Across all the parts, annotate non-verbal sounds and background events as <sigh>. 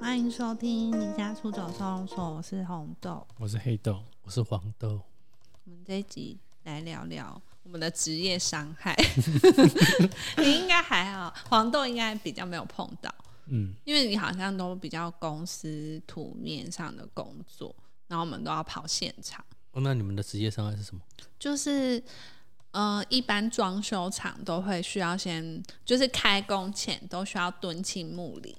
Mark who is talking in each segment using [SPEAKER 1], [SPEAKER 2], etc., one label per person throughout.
[SPEAKER 1] 欢迎收听《离家出走收容所》，我是红豆。
[SPEAKER 2] 我是黑豆，我是黄豆。
[SPEAKER 1] 我们这一集来聊聊我们的职业伤
[SPEAKER 2] <laughs>
[SPEAKER 1] 害。你应该还好，黄豆应该比较没有碰到，
[SPEAKER 2] 嗯，
[SPEAKER 1] 因为你好像都比较公司图面上的工作，然后我们都要跑现场。
[SPEAKER 2] 哦，那你们的职业伤害是什么？
[SPEAKER 1] 就是呃，一般装修厂都会需要先，就是开工前都需要蹲青木林。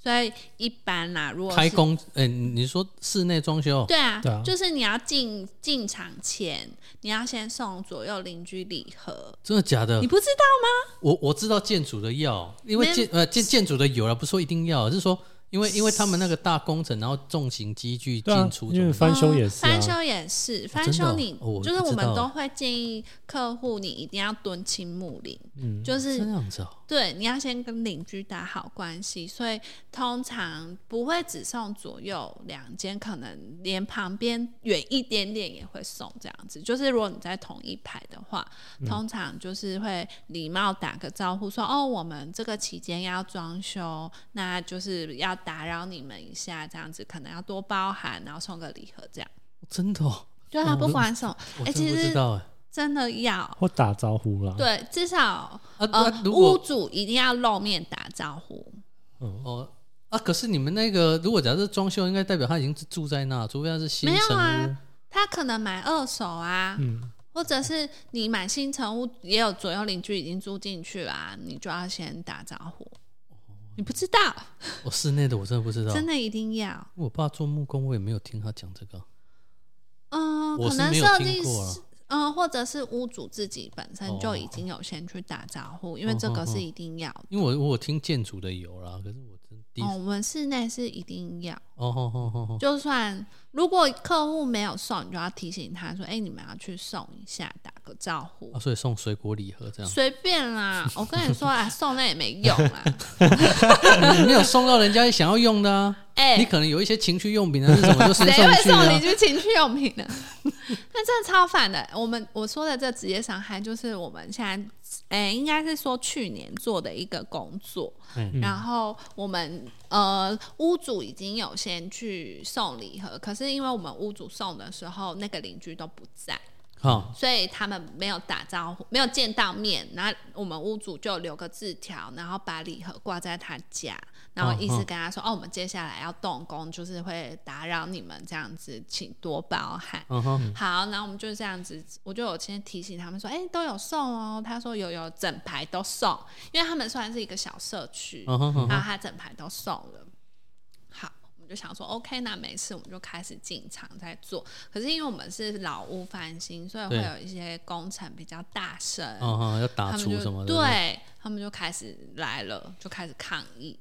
[SPEAKER 1] 所以一般啦，如果
[SPEAKER 2] 嗯开
[SPEAKER 1] 是
[SPEAKER 2] 工？哎、你说室内装修？
[SPEAKER 1] 对啊，
[SPEAKER 2] 对啊
[SPEAKER 1] 就是你要进进场前，你要先送左右邻居礼盒。
[SPEAKER 2] 真的假的
[SPEAKER 1] 你？不知道啊吗？
[SPEAKER 2] 我我知道建筑的要，因为
[SPEAKER 1] 没
[SPEAKER 2] 建呃建建筑的有了，不是说一定要，是说因为因为他们那个大工程，然后重型机具
[SPEAKER 3] 对啊
[SPEAKER 2] 进，出，
[SPEAKER 3] 因为翻修也是啊
[SPEAKER 1] 翻，修也是，翻
[SPEAKER 2] 真的
[SPEAKER 1] 修
[SPEAKER 2] 哦
[SPEAKER 1] 你、
[SPEAKER 2] 哦我
[SPEAKER 1] 就是
[SPEAKER 2] 不
[SPEAKER 1] 我
[SPEAKER 2] 知
[SPEAKER 1] 们
[SPEAKER 2] 道
[SPEAKER 1] 都会建议客户，你一定要蹲青木林，
[SPEAKER 3] 嗯，
[SPEAKER 1] 就是
[SPEAKER 2] 这样子哦、
[SPEAKER 1] 对，你要先跟邻居打好关系，所以通常不会只送左右两间，可能连旁边远一点点也会送这样子。就是如果你在同一排的话，
[SPEAKER 2] 嗯
[SPEAKER 1] 通常就是会礼貌打个招呼说，哦，我们这个期间要装修，那就是要打扰你们一下，这样子可能要多包涵，然后送个礼盒这样。
[SPEAKER 2] 真的、哦，
[SPEAKER 1] 对啊，
[SPEAKER 2] 哦
[SPEAKER 1] 不管送，
[SPEAKER 2] 我
[SPEAKER 1] 哎
[SPEAKER 2] 真
[SPEAKER 1] 其
[SPEAKER 2] 不
[SPEAKER 1] 实
[SPEAKER 2] 知道哎、
[SPEAKER 1] 真的要。
[SPEAKER 3] 或打招呼啦，
[SPEAKER 1] 对，至少
[SPEAKER 2] 啊
[SPEAKER 1] 呃
[SPEAKER 2] <laughs> 啊，，如
[SPEAKER 1] 屋
[SPEAKER 2] 果
[SPEAKER 1] 主一定要露面打招呼。
[SPEAKER 2] 哦啊，可是你们那个如果假设装修，应该代表他已经是住在那，除非他是新
[SPEAKER 1] 没有
[SPEAKER 2] 城屋。
[SPEAKER 1] 啊他可能买二手啊，
[SPEAKER 3] 嗯，
[SPEAKER 1] 或者是你买新城屋，也有左右邻居已经住进去啦、你就要先打招呼。你不知道，
[SPEAKER 2] 我、哦室内的我真的不知道。
[SPEAKER 1] 真的一定要。
[SPEAKER 2] 我爸做木工，我也没有听他讲这个。
[SPEAKER 1] 嗯，
[SPEAKER 2] 我
[SPEAKER 1] 可
[SPEAKER 2] 是
[SPEAKER 1] 能
[SPEAKER 2] 没有
[SPEAKER 1] 设
[SPEAKER 2] 听
[SPEAKER 1] 计
[SPEAKER 2] 过啊哦
[SPEAKER 1] 师
[SPEAKER 2] 了，
[SPEAKER 1] 嗯，或者是屋主自己本身就已经有先去打招呼，因为这
[SPEAKER 2] 嗯
[SPEAKER 1] 个是一定要的。
[SPEAKER 2] 因为我我有听建筑的有啦，可是我真第一
[SPEAKER 1] 哦，
[SPEAKER 2] 次
[SPEAKER 1] 我们室内是一定要，
[SPEAKER 2] 哦吼吼吼吼，
[SPEAKER 1] 就算如果客户没有送，你就要提醒他说：“哎、你们要去送一下，打个招呼。
[SPEAKER 2] 啊，所以送水果礼盒这样，
[SPEAKER 1] 随便啦，我跟你说啊， <laughs> 送那也没用啊啦。
[SPEAKER 2] 你没有送到人家想要用的啊，
[SPEAKER 1] 哎、
[SPEAKER 2] 你可能有一些情趣用品啊，是什
[SPEAKER 1] <laughs>
[SPEAKER 2] 么就先
[SPEAKER 1] 谁会
[SPEAKER 2] 去
[SPEAKER 1] 送
[SPEAKER 2] 啊
[SPEAKER 1] 邻。居情趣用品呢？ <laughs> 那真的超反的。我们我说的这职业伤害，就是我们现在，哎、应该是说去年做的一个工作，
[SPEAKER 2] 嗯
[SPEAKER 1] 然后我们呃屋主已经有先去送礼盒，可是因为我们屋主送的时候，那个邻居都不在。
[SPEAKER 2] 好，
[SPEAKER 1] 所以他们没有打招呼，没有见到面。然后我们屋主就留个字条，然后把礼盒挂在他家，然后意思跟他说：“哦，我们接下来要动工，就是会打扰你们这样子，请多包涵。”
[SPEAKER 2] 嗯哼，
[SPEAKER 1] 好，然后我们就这样子，我就有先提醒他们说，哎、都有送哦。他说有有，整排都送，因为他们虽然是一个小社区，
[SPEAKER 2] 嗯哼，嗯
[SPEAKER 1] 然
[SPEAKER 2] 哼
[SPEAKER 1] 后他整排都送了。好，我们就想说 OK，那没事，我们就开始进场在做。可是因为我们是老屋翻新，所以会
[SPEAKER 2] 对
[SPEAKER 1] 有一些工程比较大声，
[SPEAKER 2] 嗯哼，要打
[SPEAKER 1] 他们
[SPEAKER 2] 除
[SPEAKER 1] 就
[SPEAKER 2] 什么的，，
[SPEAKER 1] 对他们就开始来了，就开始抗议。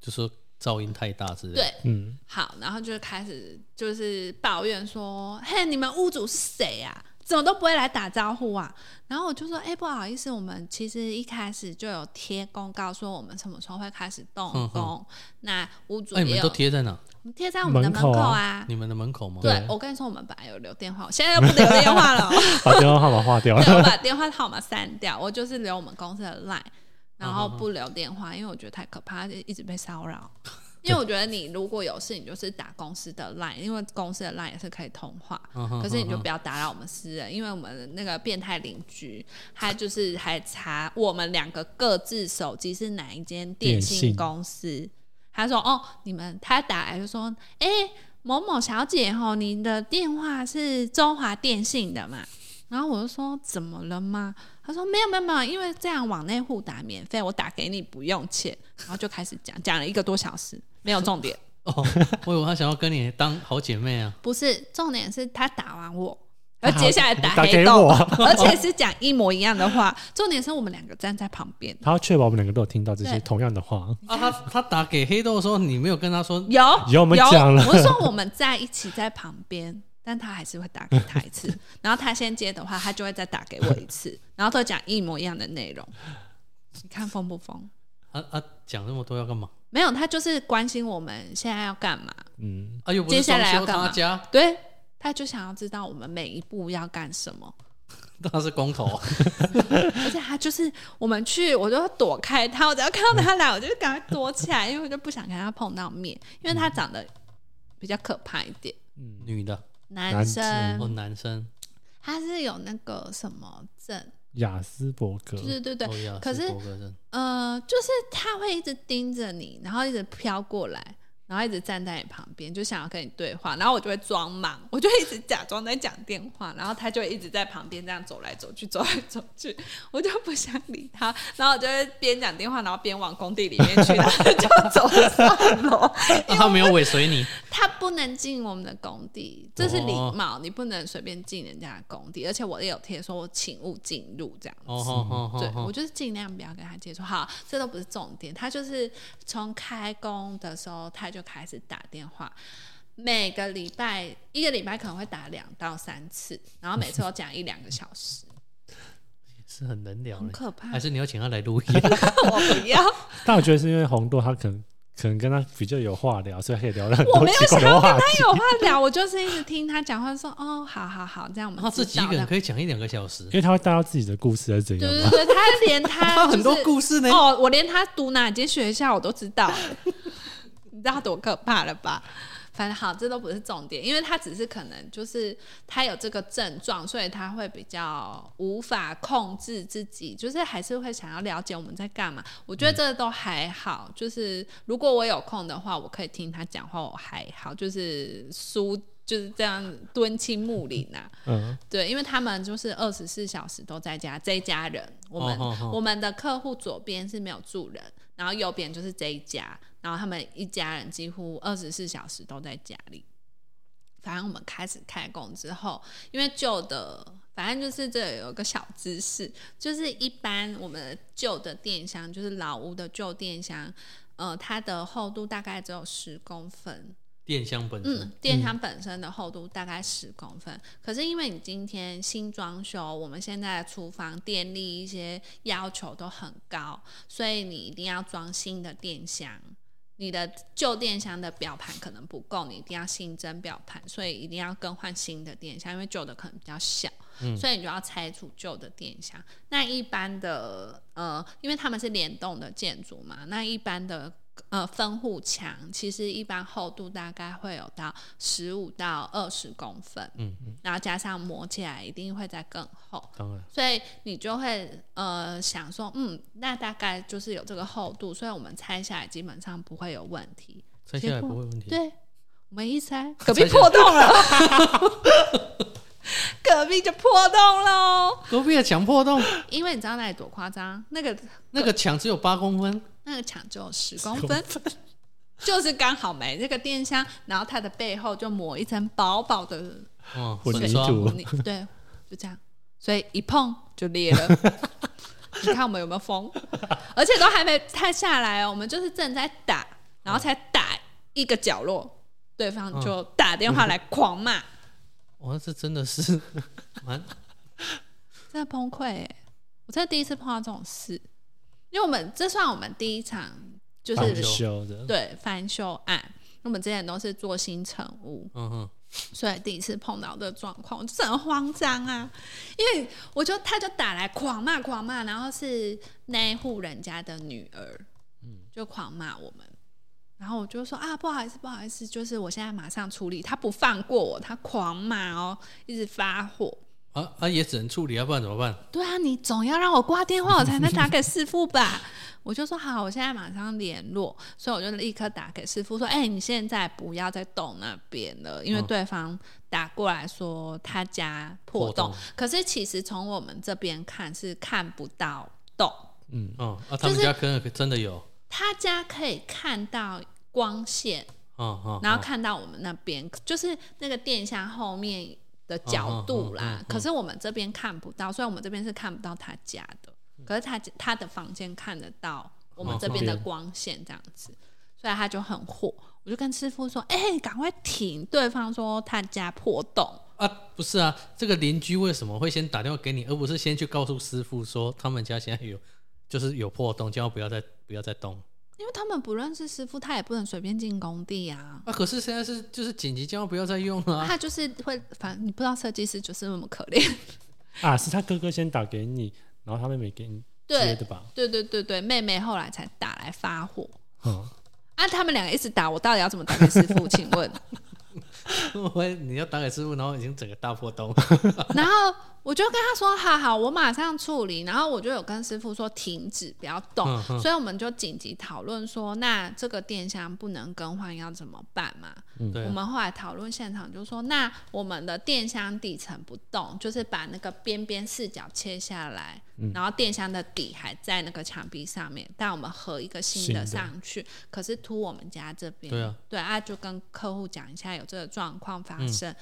[SPEAKER 2] 就说噪音太大之类的。
[SPEAKER 1] 对，
[SPEAKER 3] 嗯，
[SPEAKER 1] 好，然后就开始就是抱怨说：“嘿，你们屋主是谁啊？怎么都不会来打招呼啊？”然后我就说：“哎、不好意思，我们其实一开始就有贴公告说我们什么时候会开始动工。
[SPEAKER 2] 哼嗯哼
[SPEAKER 1] 那屋主
[SPEAKER 2] 哎，你
[SPEAKER 1] 也
[SPEAKER 2] 们
[SPEAKER 1] 有、
[SPEAKER 2] 都贴在哪？
[SPEAKER 1] 我们贴在我们的门
[SPEAKER 3] 门
[SPEAKER 1] 口
[SPEAKER 3] 口啊
[SPEAKER 1] 啊。
[SPEAKER 2] 你们的门口吗？嗯
[SPEAKER 1] 对，我跟你说，我们本来有留电话，我现在又不留电话了哦。
[SPEAKER 3] 把电话号码划掉
[SPEAKER 1] 对，我
[SPEAKER 3] 了，
[SPEAKER 1] 把电话号码删掉，我就是留我们公司的 line，然
[SPEAKER 3] 嗯
[SPEAKER 1] 后不留电话，因为我觉得太可怕，就一直被骚
[SPEAKER 3] <laughs>
[SPEAKER 1] 扰。因为我觉得你如果有事，你就是打公司的 line，因为公司的 line 也是可以通话。
[SPEAKER 2] 嗯哼，
[SPEAKER 1] 可是你就
[SPEAKER 2] 嗯哼
[SPEAKER 1] 不要打扰我们私人，因为我们那个变态邻居，他就是还查我们两个各自手机是哪一间电信
[SPEAKER 3] 电信
[SPEAKER 1] 公司。他说：“哦，你们他打来就说，哎、某某小姐吼，你的电话是中华电信的嘛？”然后我就说：“怎么了吗？”他说：“没有没有没有，因为这样往内互打免费，我打给你不用钱。”然后就开始讲，讲了一个多小时，没有重点。
[SPEAKER 2] 哦，我以为他想要跟你当好姐妹
[SPEAKER 1] <laughs>
[SPEAKER 2] 啊。
[SPEAKER 1] 不是，重点是他打完
[SPEAKER 3] <laughs>
[SPEAKER 1] 我，然后接下来打
[SPEAKER 3] 打
[SPEAKER 1] 黑
[SPEAKER 3] 给
[SPEAKER 1] 豆
[SPEAKER 3] 我，
[SPEAKER 1] <laughs> 而且是讲一模一样的话。重点是我们两个站在旁边，
[SPEAKER 3] 他要确保我们两个都有听到这
[SPEAKER 1] 对
[SPEAKER 3] 些同样的话，
[SPEAKER 2] 啊，他他打给黑豆说你没有跟他说，
[SPEAKER 1] 有
[SPEAKER 3] 有我们讲了
[SPEAKER 1] 我是说我们在一起在旁边， <laughs> 但他还是会打给他一
[SPEAKER 3] <laughs>
[SPEAKER 1] 次，然后他先接的话，他就会再打给我一次，然后都讲一模一样的内容。你看疯不疯？
[SPEAKER 2] 啊啊，讲那么多要干嘛？
[SPEAKER 1] 没有，他就是关心我们现在要干嘛。
[SPEAKER 3] 嗯，
[SPEAKER 2] 啊，又不是
[SPEAKER 1] 接下
[SPEAKER 2] 装
[SPEAKER 1] 来要
[SPEAKER 2] 修
[SPEAKER 1] 干嘛
[SPEAKER 2] 他家，
[SPEAKER 1] 对，他就想要知道我们每一步要干什么。
[SPEAKER 2] 那是公投， <laughs>
[SPEAKER 1] 而且他就是我们去，我就躲开他，我只要看到他来，我就赶快躲起来，因为我就不想跟他碰到面，因为他长得比较可怕一点。
[SPEAKER 3] 嗯，
[SPEAKER 2] 女的
[SPEAKER 1] 男
[SPEAKER 2] 哦，
[SPEAKER 1] 生
[SPEAKER 2] 男生
[SPEAKER 1] 他是有那个什么症，
[SPEAKER 3] 雅斯伯格
[SPEAKER 1] 就，是对对，
[SPEAKER 2] 哦呀，
[SPEAKER 1] 可是
[SPEAKER 2] 伯格
[SPEAKER 1] <coughs>
[SPEAKER 2] 症
[SPEAKER 1] 呃，就是他会一直盯着你，然后一直飘过来。然后一直站在你旁边，就想要跟你对话，然后我就会装忙，我就一直假装在讲电话，然后他就一直在旁边这样走来走去，走来走去，我就不想理他，然后我就会边讲电话，然后边往工地里面去，然后就走了上楼。
[SPEAKER 2] 啊他没有尾随
[SPEAKER 1] <laughs>
[SPEAKER 2] 你，
[SPEAKER 1] 他不能进我们的工地，这是礼
[SPEAKER 2] 哦
[SPEAKER 1] 貌，你不能随便进人家的工地，而且我也有贴说我请勿进入这样子。
[SPEAKER 2] 哦哦
[SPEAKER 1] 对
[SPEAKER 2] 哦，
[SPEAKER 1] 我
[SPEAKER 2] 哦，
[SPEAKER 1] 就是尽量不要跟他接触。好，这都不是重点，他就是从开工的时候他就开始打电话，每个礼拜一个礼拜可能会打两到三次，然后每次都讲一两个小
[SPEAKER 2] <laughs>
[SPEAKER 1] 时，
[SPEAKER 2] 是很能聊
[SPEAKER 1] 很
[SPEAKER 2] 嘞，
[SPEAKER 1] 可怕
[SPEAKER 2] 还。是你要请他来录音？
[SPEAKER 1] <laughs> 我不
[SPEAKER 2] <laughs>
[SPEAKER 1] 要，
[SPEAKER 3] 但我觉得是因为红豆他可能可能跟他比较有话聊，所以他可以聊了很
[SPEAKER 1] 我
[SPEAKER 3] 多
[SPEAKER 1] 没有
[SPEAKER 3] 奇怪的话
[SPEAKER 1] 他有话聊，我就是一直听他讲话，说哦，好好好，这样我
[SPEAKER 2] 然后
[SPEAKER 1] 们
[SPEAKER 2] 哦自
[SPEAKER 1] 知
[SPEAKER 2] 己一
[SPEAKER 1] 道
[SPEAKER 2] 个人
[SPEAKER 1] 的。
[SPEAKER 2] 可以讲一两个小时
[SPEAKER 3] 因，为他会带到自己的故事还是怎
[SPEAKER 1] 对
[SPEAKER 3] 样
[SPEAKER 1] 对
[SPEAKER 3] 嘛。
[SPEAKER 1] 对，他连他、
[SPEAKER 2] <laughs> 他
[SPEAKER 1] 啊就是、
[SPEAKER 2] 很多故事呢。
[SPEAKER 1] 哦，我连他读哪间学校我都知道， <laughs> 你知道多可怕了吧？反正好，这都不是重点，因为他只是可能就是他有这个症状，所以他会比较无法控制自己，就是还是会想要了解我们在干嘛。我觉得这都还好，就是如果我有空的话，我可以听他讲话，我还好，就是书就是这样蹲亲睦邻啊。
[SPEAKER 3] 嗯，
[SPEAKER 1] 对，因为他们就是二十四小时都在家，这一家人，我们、
[SPEAKER 2] 哦哦哦
[SPEAKER 1] 我们的客户左边是没有住人，然后右边就是这一家，然后他们一家人几乎二十四小时都在家里。反正我们开始开工之后，因为旧的，反正就是这有个小知识，就是一般我们旧的电箱，就是老屋的旧电箱，呃，它的厚度大概只有十公分，
[SPEAKER 2] 电箱本身
[SPEAKER 1] 嗯，电箱本身的厚度大概十公分，可是因为你今天新装修，我们现在的厨房电力一些要求都很高，所以你一定要装新的电箱。你的旧电箱的表盘可能不够，你一定要新增表盘，所以一定要更换新的电箱，因为旧的可能比较小，所以你就要拆除旧的电箱。那一般的呃，因为他们是联动的建筑嘛，那一般的呃分户墙其实一般厚度大概会有到十五到二十公分，
[SPEAKER 2] 嗯
[SPEAKER 1] 然后加上磨起来一定会再更厚。
[SPEAKER 3] 当然，
[SPEAKER 1] 所以你就会呃想说，嗯，那大概就是有这个厚度，所以我们拆下来基本上不会有问题。
[SPEAKER 2] 拆下来不会有问题。
[SPEAKER 1] 对，我们一
[SPEAKER 2] <laughs>
[SPEAKER 1] 拆，隔壁破洞了，隔壁就破洞喽。
[SPEAKER 2] 隔壁的墙破洞，
[SPEAKER 1] 因为你知道那里多夸张，那个
[SPEAKER 2] 那个墙只有八公分，
[SPEAKER 1] 那个墙只有十公分，就是刚好没那个电箱，然后它的背后就抹一层薄薄的
[SPEAKER 2] 哦，
[SPEAKER 3] 混凝
[SPEAKER 2] 刷
[SPEAKER 3] 土
[SPEAKER 1] <laughs> 泥，对，就这样，所以一碰就裂了。 <laughs> 你看我们有没有疯？而且都还没拆下来哦，我们就是正在打，然后才打一个角落，对方就打电话来狂骂，
[SPEAKER 2] 哇，哦这真的是 <laughs> 蛮
[SPEAKER 1] <laughs> 真的崩溃哎！我真的第一次碰到这种事，因为我们这算我们第一场就
[SPEAKER 3] 翻
[SPEAKER 1] 是
[SPEAKER 3] 修的，
[SPEAKER 1] 对翻修案。我们之前都是做新成屋，
[SPEAKER 2] 嗯哼，
[SPEAKER 1] 所以第一次碰到这状况，我就是很慌张啊，因为我就他就打来狂骂狂骂，然后是那一户人家的女儿，就狂骂我们，然后我就说啊不好意思不好意思，就是我现在马上处理，他不放过我，他狂骂哦，一直发火，
[SPEAKER 2] 啊啊，也只能处理，要不然怎么办？
[SPEAKER 1] 对啊，你总要让我挂电话，我才能打给师傅吧。 <laughs> 我就说好，我现在马上联络，所以我就立刻打给师傅说：“哎、你现在不要再动那边了，因为
[SPEAKER 2] 嗯
[SPEAKER 1] 对方打过来说他家破
[SPEAKER 2] 破
[SPEAKER 1] 洞，
[SPEAKER 2] 洞
[SPEAKER 1] 可是其实从我们这边看是看不到洞，
[SPEAKER 3] 嗯，
[SPEAKER 2] 哦，啊，他们
[SPEAKER 1] 就是
[SPEAKER 2] 家可能真的有，
[SPEAKER 1] 他家可以看到光线，
[SPEAKER 2] 哦哦，
[SPEAKER 1] 然后
[SPEAKER 2] 哦
[SPEAKER 1] 看到我们那边，就是那个电箱后面的角度啦。
[SPEAKER 2] 嗯嗯嗯嗯嗯
[SPEAKER 1] 可是我们这边看不到，所以我们这边是看不到他家的。
[SPEAKER 2] 嗯
[SPEAKER 1] 可是他他的房间看得到我们这边的光线这样子，
[SPEAKER 2] 嗯
[SPEAKER 1] 所以他就很火。我就跟师傅说：“哎、赶快停！”对方说他家破洞，
[SPEAKER 2] 啊，不是啊，这个邻居为什么会先打电话给你，而不是先去告诉师傅说他们家现在有就是有破洞，千万不要再不要再动
[SPEAKER 1] 因为他们不认识师傅，他也不能随便进工地啊。
[SPEAKER 2] 啊！可是现在是
[SPEAKER 3] 嗯
[SPEAKER 2] 就是紧急，千万不要再用了、啊。 <laughs>
[SPEAKER 1] 他就是会，反正你不知道设计师就是那么可怜，
[SPEAKER 3] 啊，是他哥哥先打给你，然后他妹妹给你接
[SPEAKER 1] 对
[SPEAKER 3] 的吧？
[SPEAKER 1] 对对对对，妹妹后来才打来发火。
[SPEAKER 3] 嗯，
[SPEAKER 1] 啊，他们两个一直打，我到底要怎么打给师傅？请问？
[SPEAKER 2] 喂，你要打给师傅，然后已经整个大破洞。
[SPEAKER 1] 然后我就跟他说：“好好，我马上处理。”然后我就有跟师傅说停止，不要动。
[SPEAKER 2] 嗯嗯
[SPEAKER 1] 所以我们就紧急讨论说，那这个电箱不能更换要怎么办嘛？
[SPEAKER 2] 对
[SPEAKER 1] 我，们后来讨论现场就说，那我们的电箱底层不动，就是把那个边边四角切下来，然后电箱的底还在那个墙壁上面，但我们合一个新的
[SPEAKER 3] 新的
[SPEAKER 1] 上去，可是凸我们家这边，
[SPEAKER 2] 对啊，
[SPEAKER 1] 就跟客户讲一下有这个状况发生，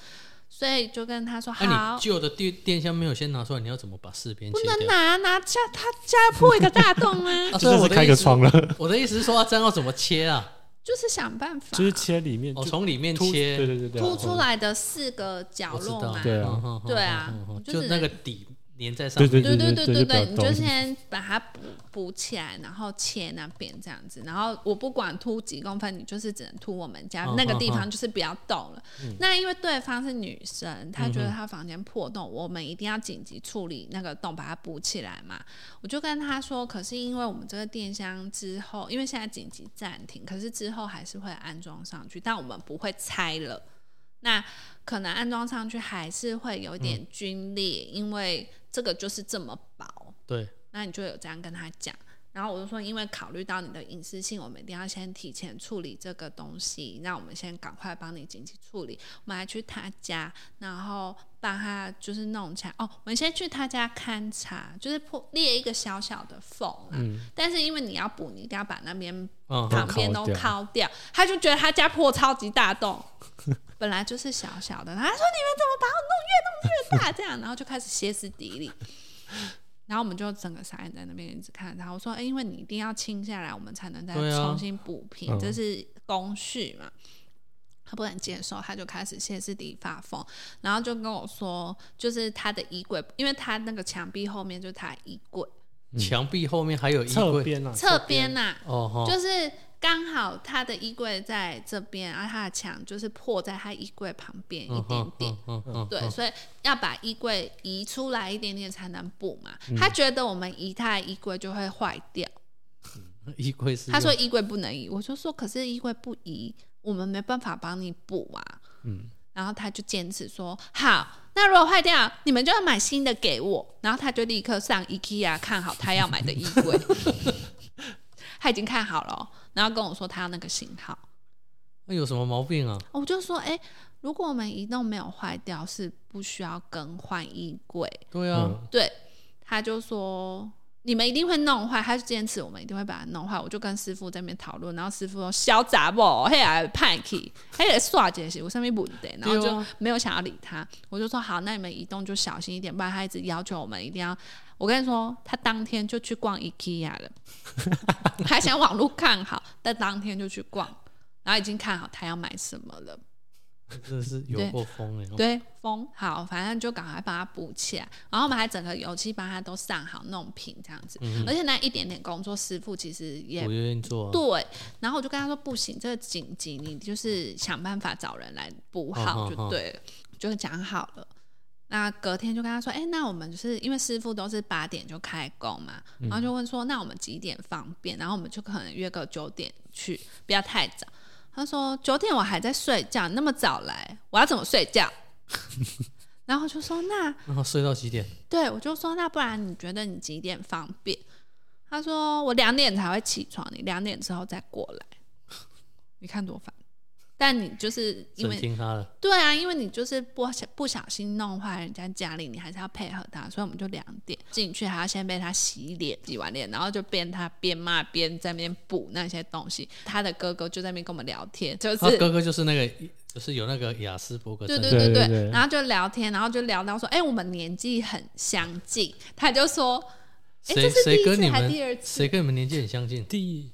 [SPEAKER 1] 所以就跟他说好。
[SPEAKER 2] 那、啊你旧的电电箱没有先拿出来，你要怎么把四边
[SPEAKER 1] 不
[SPEAKER 2] 切
[SPEAKER 1] 能
[SPEAKER 2] 掉？！
[SPEAKER 1] 拿拿下，他家破一个大洞啊
[SPEAKER 2] 啊，
[SPEAKER 3] 就
[SPEAKER 2] 所以
[SPEAKER 3] 是
[SPEAKER 2] 我的
[SPEAKER 3] 开
[SPEAKER 2] 意
[SPEAKER 3] 个
[SPEAKER 2] 思
[SPEAKER 3] 窗了，
[SPEAKER 2] 我的意思是说，啊这样要怎么切啊？
[SPEAKER 1] 就是想办法，
[SPEAKER 3] <laughs> 就是切里面，
[SPEAKER 2] 哦，
[SPEAKER 3] <laughs> 就
[SPEAKER 2] 从里面
[SPEAKER 3] 凸对
[SPEAKER 2] 切，
[SPEAKER 3] 对对对，
[SPEAKER 1] 凸出来的四个角
[SPEAKER 2] 我知
[SPEAKER 1] 落
[SPEAKER 2] 道
[SPEAKER 1] 嘛，，
[SPEAKER 3] 对啊
[SPEAKER 2] 嗯哼哼
[SPEAKER 1] 对啊
[SPEAKER 2] 哼哼
[SPEAKER 1] 就
[SPEAKER 2] 就是那个底粘在上面。
[SPEAKER 3] 对
[SPEAKER 1] 对
[SPEAKER 3] 对
[SPEAKER 1] 对对
[SPEAKER 3] 对
[SPEAKER 1] 对
[SPEAKER 3] 对就比较
[SPEAKER 1] 对，你就
[SPEAKER 3] 懂
[SPEAKER 1] 先把它补补起来，然后切那边这样子，然后我不管凸几公分，你就是只能凸我们家、
[SPEAKER 2] 嗯
[SPEAKER 1] 那个
[SPEAKER 2] 嗯
[SPEAKER 1] 地方，
[SPEAKER 2] 嗯
[SPEAKER 1] 就是不要动了。那因为对方是女生，她觉得她房间破洞，我们一定要紧急处理那个洞，把它补起来嘛。我就跟她说，可是因为我们这个电箱之后，因为现在紧急暂停，可是之后还是会安装上去，但我们不会拆了。那可能安装上去还是会有一点皲裂，因为这个就是这么薄。
[SPEAKER 2] 对，
[SPEAKER 1] 那你就有这样跟他讲，然后我就说，因为考虑到你的隐私性，我们一定要先提前处理这个东西。那我们先赶快帮你紧急处理。我们还去他家，然后帮他就是弄起来。哦，我们先去他家勘察，就是破裂一个小小的缝啊。但是因为你要补，你一定要把那边
[SPEAKER 2] 嗯，
[SPEAKER 1] 旁边都
[SPEAKER 3] 都
[SPEAKER 1] 敲掉，他就觉得他家破超级大洞， <laughs> 本来就是小小的，他说你们怎么把我弄越弄越大这样，然后就开始歇斯底里。 <laughs> 然后我们就整个傻眼在那边一直看他，我说：“哎、因为你一定要清下来，我们才能再
[SPEAKER 2] 对啊
[SPEAKER 1] 重新补平，
[SPEAKER 3] 嗯
[SPEAKER 1] 这是工序嘛。”他不能接受，他就开始歇斯底里发疯，然后就跟我说，就是他的衣柜，因为他那个墙壁后面就是他的衣柜
[SPEAKER 2] 墙壁后面还有衣
[SPEAKER 3] 侧
[SPEAKER 2] 柜。
[SPEAKER 3] 边啊，
[SPEAKER 1] 侧边呐、
[SPEAKER 2] 哦哈，
[SPEAKER 1] 就是刚好他的衣柜在这边，而他的墙就是破在他衣柜旁边一点点。
[SPEAKER 2] 嗯哼，嗯
[SPEAKER 1] 对，所以要把衣柜移出来一点点才能补嘛。他觉得我们移他的衣柜就会坏掉，
[SPEAKER 2] 嗯 <laughs> 衣柜是
[SPEAKER 1] 他说衣柜不能移，我就说可是衣柜不移，我们没办法帮你补啊。
[SPEAKER 3] 嗯，
[SPEAKER 1] 然后他就坚持说好，那如果坏掉，你们就要买新的给我。然后他就立刻上 IKEA 看好他要买的衣柜，他已经看好了哦、然后跟我说他要那个型号。
[SPEAKER 2] 那哎有什么毛病啊？
[SPEAKER 1] 我就说，哎、如果我们移动没有坏掉，是不需要更换衣柜。
[SPEAKER 2] 对啊，
[SPEAKER 1] 对，他就说你们一定会弄坏，他就坚持我们一定会把它弄坏。我就跟师傅在那边讨论，然后师傅说小杂不，嘿啊还叛逆，嘿来耍这些，我上面不对，然后
[SPEAKER 2] 对
[SPEAKER 1] 就
[SPEAKER 2] 啊
[SPEAKER 1] 没有想要理他。我就说好，那你们移动就小心一点，不然他一直要求我们一定要。我跟你说，他当天就去逛 IKEA 了，还想网络看好，但当天就去逛，然后已经看好他要买什么了。
[SPEAKER 2] 真的是有过风哎。
[SPEAKER 1] 对，封好，反正就赶快把它补起来。然后我们还整个油漆把它都上好弄平这样子，而且那一点点工作，师傅其实也
[SPEAKER 2] 我愿意做啊。
[SPEAKER 1] 对。然后我就跟他说不行，这个紧急，你就是想办法找人来补好
[SPEAKER 2] 嗯嗯嗯
[SPEAKER 1] 就对了，就讲好了。那隔天就跟他说，哎、那我们就是因为师傅都是八点就开工嘛，然后就问说，那我们几点方便？然后我们就可能约个九点去，不要太早。他说九点我还在睡觉，那么早来，我要怎么睡觉？然后我就说那
[SPEAKER 2] 然后 <laughs> 睡到几点？
[SPEAKER 1] 对，我就说那不然你觉得你几点方便？他说我两点才会起床，你两点之后再过来。你看多烦！但你就是因
[SPEAKER 2] 只
[SPEAKER 1] 为
[SPEAKER 2] 听他的。
[SPEAKER 1] 对啊，因为你就是不小不小心弄坏人家家里，你还是要配合他，所以我们就两点进去，还要先被他洗脸，洗完脸，然后就边他边骂边在那边补那些东西。他的哥哥就在那边跟我们聊天，就是、
[SPEAKER 2] 他哥哥就是那个，就是有那个雅斯伯格
[SPEAKER 1] 对
[SPEAKER 2] 症。
[SPEAKER 1] 对
[SPEAKER 3] 对
[SPEAKER 1] 对对，
[SPEAKER 3] 对对
[SPEAKER 1] 然后就聊天，然后就聊到说，哎、我们年纪很相近，他就说，哎、
[SPEAKER 2] 谁
[SPEAKER 1] 这是第
[SPEAKER 2] 谁
[SPEAKER 1] 一
[SPEAKER 2] 跟
[SPEAKER 1] 次
[SPEAKER 2] 你
[SPEAKER 1] 还第二
[SPEAKER 2] 们
[SPEAKER 1] 次
[SPEAKER 2] 谁？跟你们年纪很相近？
[SPEAKER 3] 第，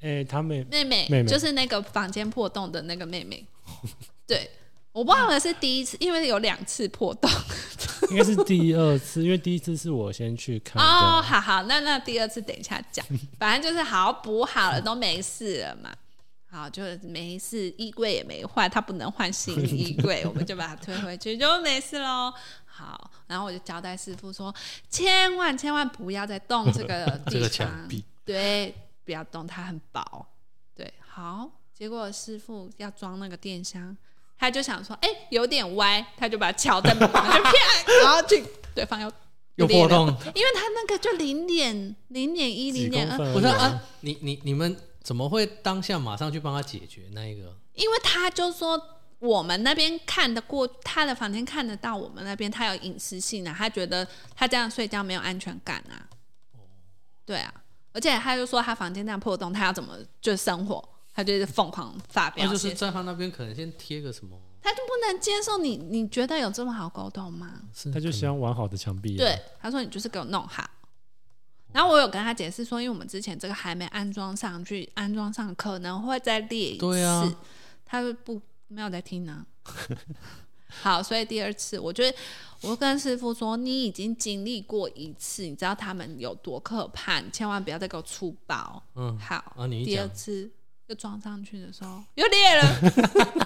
[SPEAKER 3] 哎，他妹
[SPEAKER 1] 妹妹，
[SPEAKER 3] 妹妹
[SPEAKER 1] 就是那个房间破洞的那个妹妹，对。我忘了是第一次，因为有两次破洞
[SPEAKER 3] 应该是第二次，因为第一次是我先去看
[SPEAKER 1] 哦。
[SPEAKER 2] <laughs>
[SPEAKER 3] 的，
[SPEAKER 1] 好好，那那第二次等一下讲，反正就是好补好了都没事了嘛。好，就是没事，衣柜也没换，他不能换新衣
[SPEAKER 2] <laughs>
[SPEAKER 1] 柜，我们就把它推回去，就没事喽。好，然后我就交代师傅说，千万千万不要再动这个地方，
[SPEAKER 2] <laughs> 这个墙壁
[SPEAKER 1] 对，不要动，它很薄。对，好，结果师傅要装那个电箱，他就想说，哎、有点歪，他就把它敲在门上，就啪， <laughs> 然后去对方又
[SPEAKER 2] 又破
[SPEAKER 1] <laughs>
[SPEAKER 2] 洞，
[SPEAKER 1] 因为他那个就零点零点一、
[SPEAKER 3] 几
[SPEAKER 1] 零嗯
[SPEAKER 3] 公
[SPEAKER 1] 点二，
[SPEAKER 3] 分
[SPEAKER 2] 不是
[SPEAKER 3] 而已
[SPEAKER 2] 啊，你你你们怎么会当下马上去帮他解决那一个？
[SPEAKER 1] 因为他就说我们那边看得过他的房间看得到我们那边，他有隐私性啊，他觉得他这样睡觉没有安全感啊。对啊，而且他就说他房间那样破洞，他要怎么就生活？他就是疯狂发
[SPEAKER 2] 那
[SPEAKER 1] 表
[SPEAKER 2] 哦就
[SPEAKER 1] 一些，
[SPEAKER 2] 是在他那边可能先贴个什么，
[SPEAKER 1] 他就不能接受你。你觉得有这么好沟通吗？
[SPEAKER 2] 是
[SPEAKER 3] 他就喜欢完好的墙壁、啊。
[SPEAKER 1] 对，，他说你就是给我弄好。然后我有跟他解释说，因为我们之前这个还没安装上去，安装上可能会再裂一次。
[SPEAKER 2] 对啊
[SPEAKER 1] 他说不，没有在听呢、 <laughs> 好，所以第二次，我觉得我跟师傅说，你已经经历过一次，你知道他们有多可怕，你千万不要再给我粗暴。
[SPEAKER 2] 嗯，
[SPEAKER 1] 好，
[SPEAKER 2] 啊你一
[SPEAKER 1] 第
[SPEAKER 2] 讲
[SPEAKER 1] 二次又装上去的时候又裂了，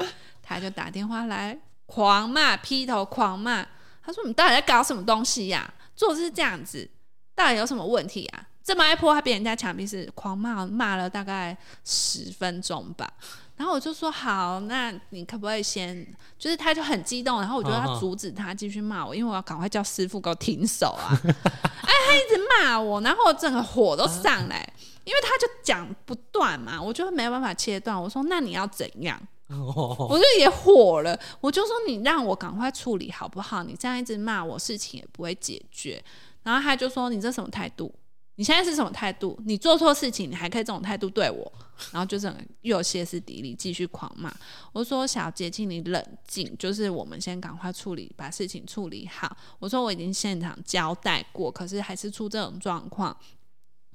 [SPEAKER 2] <laughs>
[SPEAKER 1] 他就打电话来狂骂，劈头狂骂。他说：“你到底在搞什么东西呀、做事这样子，到底有什么问题啊？这么爱泼，还别人家墙壁是狂骂，骂了大概十分钟吧。”然后我就说：“好，那你可不可以先？”就是他就很激动，然后我就
[SPEAKER 2] 好
[SPEAKER 1] 要
[SPEAKER 2] 好
[SPEAKER 1] 阻止他继续骂我，因为我要赶快叫师傅给我停手啊！哎，他一直骂我，然后我整个火都上来。因为他就讲不断嘛，我就没有办法切断。我说那你要怎样？
[SPEAKER 2] 哦，
[SPEAKER 1] 我就也火了，我就说你让我赶快处理好不好？你这样一直骂我，事情也不会解决。然后他就说你这什么态度？你现在是什么态度？你做错事情，你还可以这种态度对我？然后就整个又歇斯底里，继续狂骂。我说小杰，请你冷静，就是我们先赶快处理，把事情处理好。我说我已经现场交代过，可是还是出这种状况。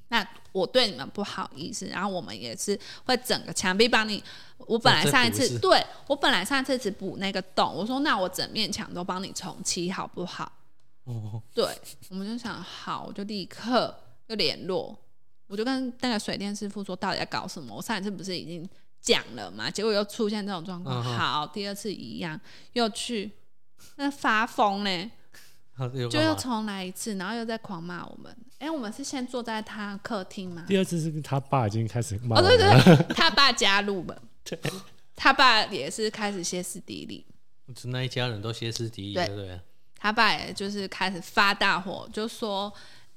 [SPEAKER 1] 那我对你们不好意思，然后我们也是会整个墙壁帮你。我本来
[SPEAKER 2] 再
[SPEAKER 1] 上一
[SPEAKER 2] 补
[SPEAKER 1] 次
[SPEAKER 2] 一次
[SPEAKER 1] 对我本来上一次只补那个洞，我说那我整面墙都帮你重漆好不好？
[SPEAKER 2] <laughs> 哦 <laughs>
[SPEAKER 1] 对，我们就想好，我就立刻就联络，我就跟那个水电师傅说到底在搞什么。我上一次不是已经讲了嘛，结果又出现这种状况。
[SPEAKER 2] 嗯哼
[SPEAKER 1] 好，第二次一样又去，那发疯嘞，
[SPEAKER 2] 他有
[SPEAKER 1] 就又
[SPEAKER 2] 干嘛
[SPEAKER 1] 重来一次，然后又在狂骂我们。哎、我们是先坐在他客厅吗？
[SPEAKER 3] 第二次是他爸已经开始骂
[SPEAKER 1] 哦，
[SPEAKER 3] 我
[SPEAKER 1] 对
[SPEAKER 3] 们了，
[SPEAKER 1] 对对，他爸加入
[SPEAKER 2] <laughs>
[SPEAKER 1] 了，他爸也是开始歇斯底里。
[SPEAKER 2] 就那一家人都歇斯底里，
[SPEAKER 1] 对
[SPEAKER 2] 对不对？
[SPEAKER 1] 他爸也就是开始发大火，就说：“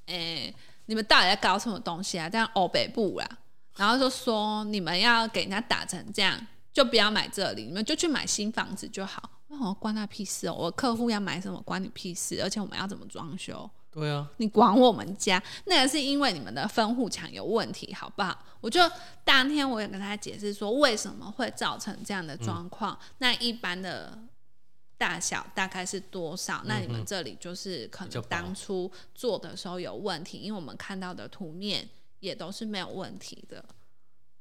[SPEAKER 1] 诶、你们到底在搞什么东西啊？这样欧北部啦。”然后就说：“你们要给人家打成这样，就不要买这里，你们就去买新房子就好。”那我关他屁事哦！我客户要买什么关你屁事？而且我们要怎么装修，
[SPEAKER 2] 对啊，
[SPEAKER 1] 你管我们家？那个是因为你们的分户墙有问题，好不好？我就当天我也跟他解释说，为什么会造成这样的状况。那一般的大小大概是多少？那你们这里就是可
[SPEAKER 2] 比较
[SPEAKER 1] 能
[SPEAKER 2] 薄
[SPEAKER 1] 当初做的时候有问题，因为我们看到的图面也都是没有问题的，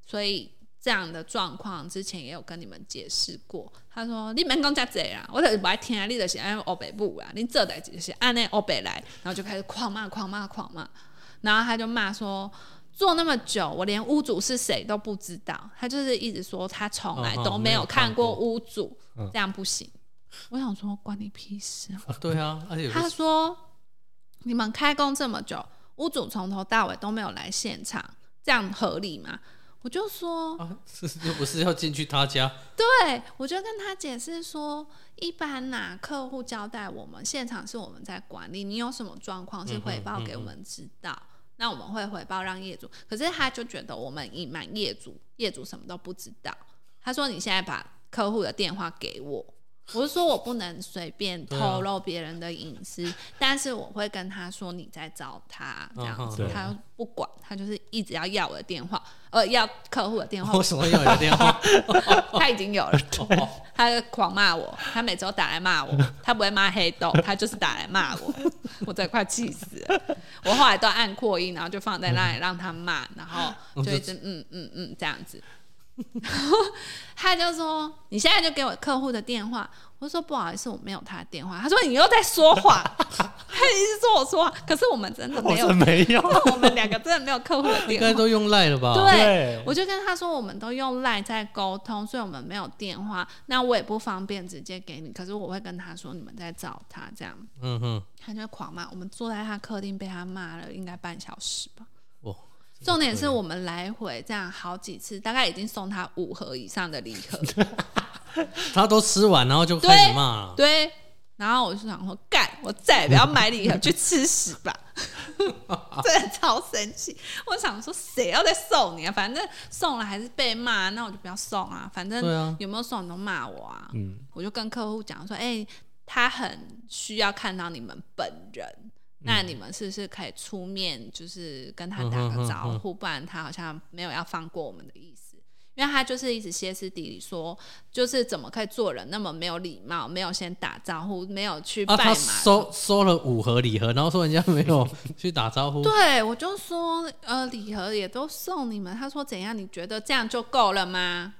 [SPEAKER 1] 所以这样的状况之前也有跟你们解释过。他说：“你们讲这贼啊，我就是不爱听啊，你就是按欧北部啊，你这代志就是按那欧北来。”然后就开始狂骂、狂骂、狂骂，然后他就骂说。做那么久，我连屋主是谁都不知道。他就是一直说他从来
[SPEAKER 2] 哦哦
[SPEAKER 1] 都
[SPEAKER 2] 没
[SPEAKER 1] 没
[SPEAKER 2] 有
[SPEAKER 1] 有看
[SPEAKER 2] 看过
[SPEAKER 1] 过屋主，
[SPEAKER 3] 嗯
[SPEAKER 1] 这样不行。我想说关你屁事啊！
[SPEAKER 2] 啊对啊，而且有
[SPEAKER 1] 他
[SPEAKER 2] 个
[SPEAKER 1] 说你们开工这么久，屋主从头到尾都没有来现场，这样合理吗？我就说，
[SPEAKER 2] 啊，是 <laughs> 又不是要进去他家，
[SPEAKER 1] 对嗯我就跟他解释说，一般呐、客户交代我们现场是我们在管理，你有什么状况是
[SPEAKER 2] 嗯哼
[SPEAKER 1] 回报给我们知道，那我们会回报让业主。可是他就觉得我们隐瞒业主，业主什么都不知道。他说你现在把客户的电话给我，我是说我不能随便
[SPEAKER 2] 对啊
[SPEAKER 1] 透露别人的隐私，但是我会跟他说你在找他这样
[SPEAKER 2] 嗯哼
[SPEAKER 1] 子，
[SPEAKER 3] 对
[SPEAKER 1] 他不管，他就是一直要要我的电话，呃，要客户的电话，
[SPEAKER 2] 为什么要有
[SPEAKER 1] <laughs>
[SPEAKER 2] 电话？
[SPEAKER 1] 他已经有了。
[SPEAKER 2] 哦
[SPEAKER 1] 他就狂骂我，他每周打来骂我，他不会骂黑豆，他就是打来骂我，我真的快气死了。我后来都按扩音，然后就放在那里让他骂，然后就一直嗯嗯嗯这样子。 <laughs> 他就说：“你现在就给我客户的电话。”我说：“不好意思，我没有他的电话。”他说：“你又在说谎。”黑一直说我说谎，可是我们真的
[SPEAKER 3] 我
[SPEAKER 1] 没有
[SPEAKER 3] 是，没有，
[SPEAKER 1] <laughs> 我们两个真的没有客户的
[SPEAKER 2] 应
[SPEAKER 1] 电
[SPEAKER 2] 该
[SPEAKER 1] 话。
[SPEAKER 2] 都用赖了吧？
[SPEAKER 1] 对，
[SPEAKER 3] 对，
[SPEAKER 1] 我就跟他说，我们都用 LINE 在沟通，所以我们没有电话。那我也不方便直接给你，可是我会跟他说你们在找他这样。
[SPEAKER 2] 嗯哼，
[SPEAKER 1] 他就狂骂，我们坐在他客厅被他骂了应该半小时吧。
[SPEAKER 2] 哇，
[SPEAKER 1] 重点是我们来回这样好几次，大概已经送他五盒以上的礼盒。
[SPEAKER 2] 他都吃完，然后就开始骂了。
[SPEAKER 1] 对，然后我就想说，干，我再也不要买礼盒，去吃屎吧！
[SPEAKER 2] <laughs>
[SPEAKER 1] 真的超生气，我想说谁要再送你啊？反正送了还是被骂，那我就不要送啊。反正
[SPEAKER 2] 对啊
[SPEAKER 1] 有没有送你都骂我啊。
[SPEAKER 3] 嗯
[SPEAKER 1] 我就跟客户讲说，哎、他很需要看到你们本人。
[SPEAKER 2] 嗯
[SPEAKER 1] 那你们是不是可以出面，就是跟他
[SPEAKER 2] 嗯
[SPEAKER 1] 打个招呼？不然他好像没有要放过我们的意思，因为他就是一直歇斯底里说，就是怎么可以做人那么没有礼貌，没有先打招呼，没有去拜
[SPEAKER 2] 啊，
[SPEAKER 1] 码
[SPEAKER 2] 他
[SPEAKER 1] 头。
[SPEAKER 2] 收收了五盒礼盒，然后说人家没
[SPEAKER 1] <laughs>
[SPEAKER 2] 有去打招呼，
[SPEAKER 1] 对，啊我就说，呃，礼盒也都送你们。他说怎样？你觉得这样就够了吗？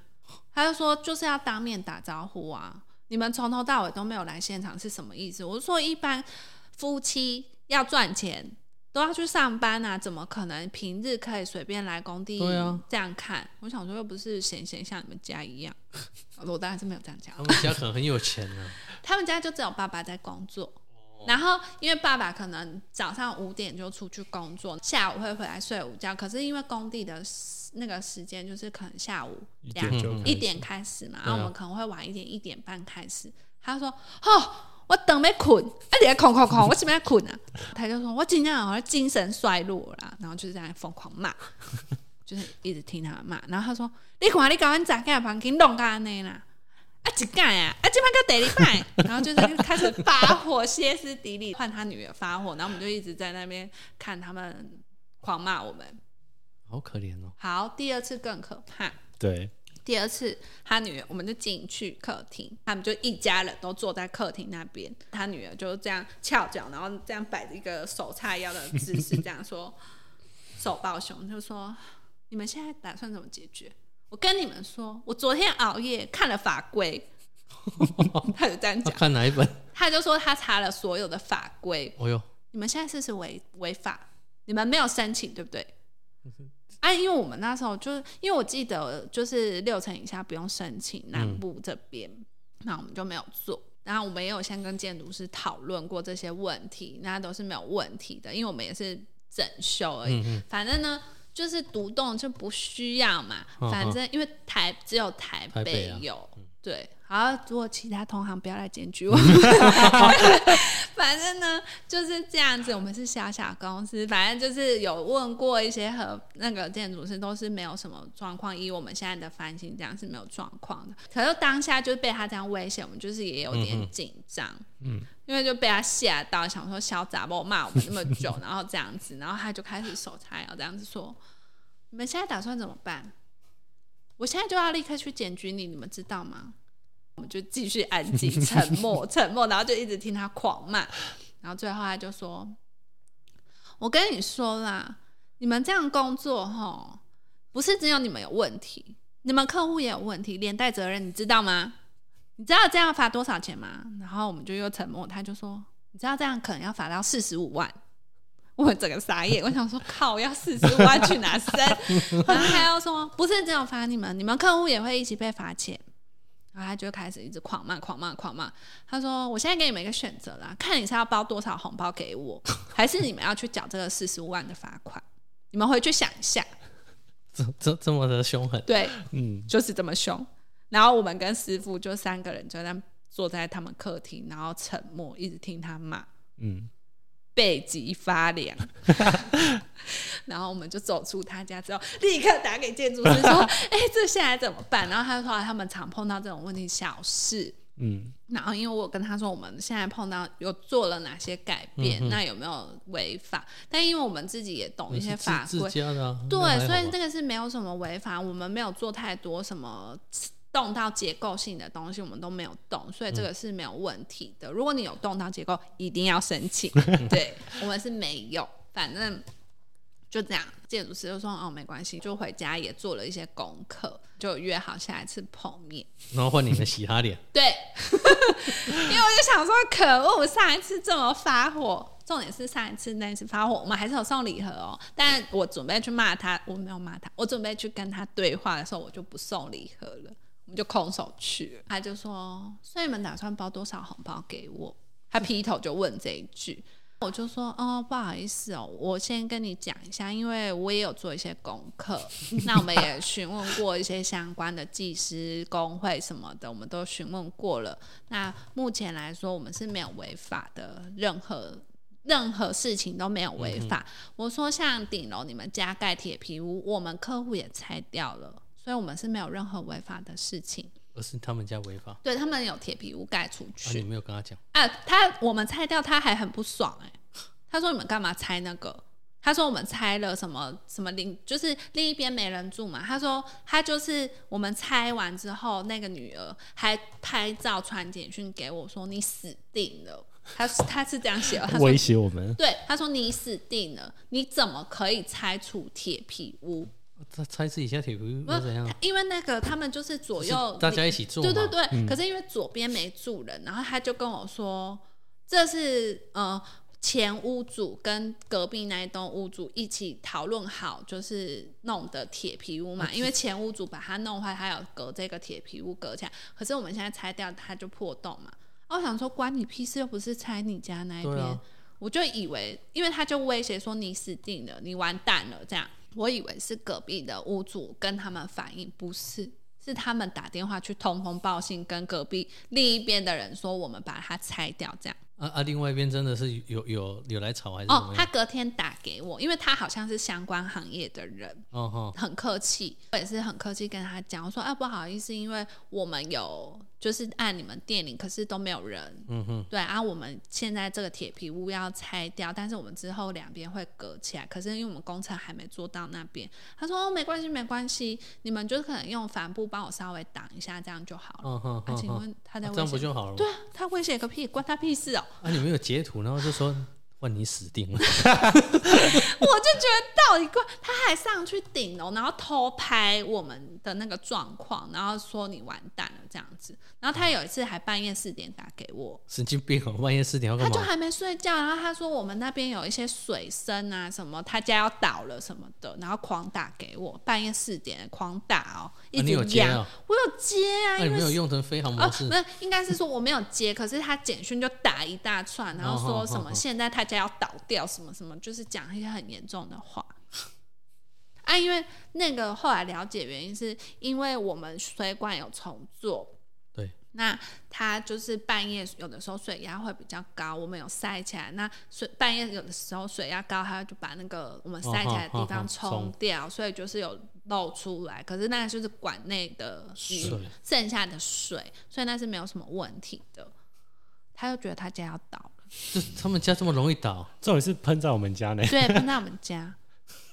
[SPEAKER 1] 他就说就是要当面打招呼啊！你们从头到尾都没有来现场，是什么意思？我就说一般夫妻要赚钱都要去上班啊，怎么可能平日可以随便来工地
[SPEAKER 2] 对啊
[SPEAKER 1] 这样看？我想说又不是闲闲像你们家一样， <laughs> 哦我当然是没有这样讲
[SPEAKER 2] 他。们家可能很有钱啊呢、
[SPEAKER 1] 他们家就只有爸爸在工作。然后，因为爸爸可能早上五点就出去工作，下午会回来睡午觉。可是因为工地的时那个时间，就是可能下午
[SPEAKER 3] 一
[SPEAKER 1] 两
[SPEAKER 3] 点就
[SPEAKER 2] 嗯
[SPEAKER 3] 开
[SPEAKER 1] 一
[SPEAKER 3] 始
[SPEAKER 1] 点开始嘛，
[SPEAKER 2] 对
[SPEAKER 1] 然
[SPEAKER 2] 啊
[SPEAKER 1] 后我们可能会晚一点，一点半开始。他说：“哦，我等没困，啊，你还困困困，我怎么要困啊？”他就说：“我今天好像精神衰弱啦。”然后就是这样疯狂骂，就是一直听他骂。然后他说：“你看你搞阮杂个房间弄到安尼啦。”啊，一届啊，啊，今晚个第二拜， <laughs> 然后就是开始发火，歇斯底里，换他女儿发火，然后我们就一直在那边看他们狂骂我们。
[SPEAKER 2] 好可怜
[SPEAKER 1] <laughs>
[SPEAKER 2] 哦。
[SPEAKER 1] 好，第二次更可怕，
[SPEAKER 3] 对，
[SPEAKER 1] 第二次，他女儿我们就进去客厅，他们就一家人都坐在客厅那边。他女儿就这样翘脚，然后这样摆着一个手叉腰的姿势，这样说，手抱胸，就说：“你们现在打算怎么解决？”我跟你们说，我昨天熬夜看了法规，他就这样
[SPEAKER 2] 他
[SPEAKER 1] 讲，
[SPEAKER 2] 看
[SPEAKER 1] <laughs>
[SPEAKER 2] 哪一本？
[SPEAKER 1] 他就说他查了所有的法规，
[SPEAKER 2] 哦哟，
[SPEAKER 1] 你们现在是不是违违法？你们没有申请，对不对？
[SPEAKER 2] 嗯
[SPEAKER 1] 啊，因为我们那时候就是，因为我记得就是六成以下不用申请南部这边，那我们就没有做。然后我们也有先跟建筑师讨论过这些问题，那都是没有问题的，因为我们也是整修而已。
[SPEAKER 2] 嗯嗯，
[SPEAKER 1] 反正呢，就是独栋就不需要嘛，
[SPEAKER 2] 嗯嗯
[SPEAKER 1] 反正因为台只有台
[SPEAKER 2] 台北啊
[SPEAKER 1] 有，对。好，如果其他同行不要来检
[SPEAKER 2] <laughs>
[SPEAKER 1] 举我， <laughs> 反正呢就是这样子。我们是小小公司，反正就是有问过一些和那个建筑师都是没有什么状况，以我们现在的翻新这样是没有状况的。可是当下就被他这样威胁，我们就是也有
[SPEAKER 2] 嗯
[SPEAKER 1] 点
[SPEAKER 2] 哼
[SPEAKER 1] 紧张。
[SPEAKER 2] 嗯
[SPEAKER 1] 因为就被他吓到，想说小杂包骂我们那么久，然后这样子，然后他就开始手叉腰这样子说：“你们现在打算怎么办？我现在就要立刻去检举你，你们知道吗？”我们就继续安静、沉默、沉默，然后就一直听他狂骂，然后最后他就说：“我跟你说啦，你们这样工作吼，不是只有你们有问题，你们客户也有问题，连带责任，你知道吗？”你知道这样罚多少钱吗？然后我们就又沉默，他就说，你知道这样可能要罚到四十五万。我整个傻眼，我想说靠，要四十万去哪生？ <laughs> 然后他又说，不是只有罚你们，你们客户也会一起被罚钱。然后他就开始一直狂骂、狂骂、狂骂。他说：“我现在给你们一个选择啦，看你是要包多少红包给我， <laughs> 还是你们要去缴这个四十五万的罚款？你们回去想一下。
[SPEAKER 2] 这这这么的凶狠”，
[SPEAKER 1] 对，
[SPEAKER 3] 嗯，
[SPEAKER 1] 就是这么凶。然后我们跟师傅就三个人就在那坐在他们客厅，然后沉默，一直听他骂，
[SPEAKER 3] 嗯，
[SPEAKER 1] 背脊发
[SPEAKER 2] <laughs>
[SPEAKER 1] 凉。然后我们就走出他家之后，立刻打给建筑师说：“哎、这现在怎么办？”然后他说：“他们常碰到这种问题，小事。”
[SPEAKER 3] 嗯，
[SPEAKER 1] 然后，因为我跟他说我们现在碰到有做了哪些改
[SPEAKER 2] 嗯
[SPEAKER 1] 变，那有没有违法？但因为我们自己也懂一些
[SPEAKER 2] 是
[SPEAKER 1] 法
[SPEAKER 2] 自
[SPEAKER 1] 规
[SPEAKER 2] 自，家的啊。那还
[SPEAKER 1] 对，所
[SPEAKER 2] 好
[SPEAKER 1] 以
[SPEAKER 2] 吧
[SPEAKER 1] 这个是没有什么违法，我们没有做太多什么动到结构性的东西，我们都没有动，所以这个是没有问题的。如果你有动到结构，一定要申请。对我们是没有，反正就这样。建筑师就说：“哦，没关系，就回家也做了一些功课，就约好下一次碰面。”
[SPEAKER 2] 然后换你们
[SPEAKER 1] <laughs>
[SPEAKER 2] 洗他脸，
[SPEAKER 1] 对，因为我就想说，可恶，上一次这么发火，重点是上一次那次发火，我们还是有送礼盒哦。但我准备去骂他，我没有骂他，我准备去跟他对话的时候，我就不送礼盒了，我们就空手去了。他就说：“所以你们打算包多少红包给我？”他劈头就问这一句。我就说哦，不好意思哦，我先跟你讲一下，因为我也有做一些功课，那我们也询问过一些相关的技师工会什么的，我们都询问过了。那目前来说，我们是没有违法的，任何任何事情都没有违法。我说像顶楼你们加盖铁皮屋，我们客户也拆掉了，所以我们是没有任何违法的事情。
[SPEAKER 2] 而是他们家违法，啊，
[SPEAKER 1] 对他们有铁皮屋盖出去，
[SPEAKER 2] 你没有跟他讲，
[SPEAKER 1] 啊，他我们拆掉，他还很不爽哎、他说你们干嘛拆那个？他说我们拆了什么什么另就是另一边没人住嘛。他说他就是我们拆完之后，那个女儿还拍照传简讯给我说你死定了。他他是这样写的，他说
[SPEAKER 3] 威胁我们。
[SPEAKER 1] 对，他说你死定了，你怎么可以拆除铁皮屋？
[SPEAKER 2] 哦他猜自己家铁皮屋
[SPEAKER 1] 是
[SPEAKER 2] 又怎样？
[SPEAKER 1] 因为那个他们就是左
[SPEAKER 2] 是
[SPEAKER 1] 右
[SPEAKER 2] 大
[SPEAKER 1] 邻
[SPEAKER 2] 家一起住
[SPEAKER 1] 对
[SPEAKER 2] 嘛，
[SPEAKER 1] 对对，可是因为左边没住人，然后他就跟我说，这是呃前屋主跟隔壁那一栋屋主一起讨论好，就是弄的铁皮屋
[SPEAKER 2] 哦
[SPEAKER 1] 嘛，因为前屋主把它弄坏，他有隔这个铁皮屋隔起来，可是我们现在拆掉，它就破洞嘛。啊，我想说关你屁事，又不是拆你家那一边。
[SPEAKER 2] 对啊
[SPEAKER 1] 我就以为，因为他就威胁说你死定了，你完蛋了这样。我以为是隔壁的屋主跟他们反映，不是，是他们打电话去通风报信，跟隔壁另一边的人说我们把它拆掉这样。
[SPEAKER 2] 啊啊，另外一边真的是有有有来吵还是怎
[SPEAKER 1] 哦
[SPEAKER 2] 么，
[SPEAKER 1] 他
[SPEAKER 2] 样？
[SPEAKER 1] 隔天打给我，因为他好像是相关行业的人，
[SPEAKER 2] 哦哈，
[SPEAKER 1] 很客气，我也是很客气跟他讲，我说啊不好意思，因为我们有就是按你们店里，可是都没有人，
[SPEAKER 2] 嗯哼，
[SPEAKER 1] 对啊，我们现在这个铁皮屋要拆掉，但是我们之后两边会隔起来。可是因为我们工程还没做到那边，他说哦，没关系，没关系，你们就可能用帆布帮我稍微挡一下，这样就好了。
[SPEAKER 2] 嗯哼，
[SPEAKER 1] 啊，
[SPEAKER 2] 嗯
[SPEAKER 1] 请
[SPEAKER 2] 哼
[SPEAKER 1] 问他在
[SPEAKER 2] 啊
[SPEAKER 1] 威
[SPEAKER 2] 这样不
[SPEAKER 1] 胁？
[SPEAKER 2] 就好了吗？
[SPEAKER 1] 对啊， <laughs> 他威胁个屁，关他屁事哦！
[SPEAKER 2] 啊，你们有截图，然后就说换你死定了， <laughs>
[SPEAKER 1] 我就觉得到底怪，他还上去顶楼，然后偷拍我们的那个状况，然后说你完蛋了这样子。然后他有一次还半夜四点打给我，
[SPEAKER 2] 神经病哦！半夜四点要
[SPEAKER 1] 他
[SPEAKER 2] 干
[SPEAKER 1] 啊就
[SPEAKER 2] 嘛？
[SPEAKER 1] 还没睡觉，然后他说我们那边有一些水声啊，什么他家要倒了什么的，然后狂打给我，半夜四点狂打哦，一
[SPEAKER 2] 你有
[SPEAKER 1] 直
[SPEAKER 2] 接
[SPEAKER 1] 嚷，
[SPEAKER 2] 哦
[SPEAKER 1] 我有接啊，
[SPEAKER 2] 那你
[SPEAKER 1] 因
[SPEAKER 2] 没有
[SPEAKER 1] 为。
[SPEAKER 2] 用成飞行模
[SPEAKER 1] 啊，
[SPEAKER 2] 式
[SPEAKER 1] 没有，应该是说我没有接，可是他简讯就打一大串，然后说什
[SPEAKER 2] 哦哦哦
[SPEAKER 1] 么
[SPEAKER 2] 哦
[SPEAKER 1] 现在他家要倒掉，什么什么，就是讲一些很严重的话。啊，因为那个后来了解原因是因为我们水管有重做，
[SPEAKER 2] 对，
[SPEAKER 1] 那他就是半夜有的时候水压会比较高，我们有塞起来。那水半夜有的时候水压高，他就把那个我们塞起来的地
[SPEAKER 2] 哦哦哦
[SPEAKER 1] 方
[SPEAKER 2] 哦
[SPEAKER 1] 冲
[SPEAKER 2] 冲
[SPEAKER 1] 掉，所以就是有漏出来。可是那就是管内的
[SPEAKER 2] 水
[SPEAKER 1] 雨剩下的水，所以那是没有什么问题的。他就觉得他家要倒了，
[SPEAKER 2] 就他们家这么容易倒，
[SPEAKER 3] 重点是喷在我们家呢。 <laughs>
[SPEAKER 1] 所以喷到我们
[SPEAKER 2] <laughs>
[SPEAKER 1] 家，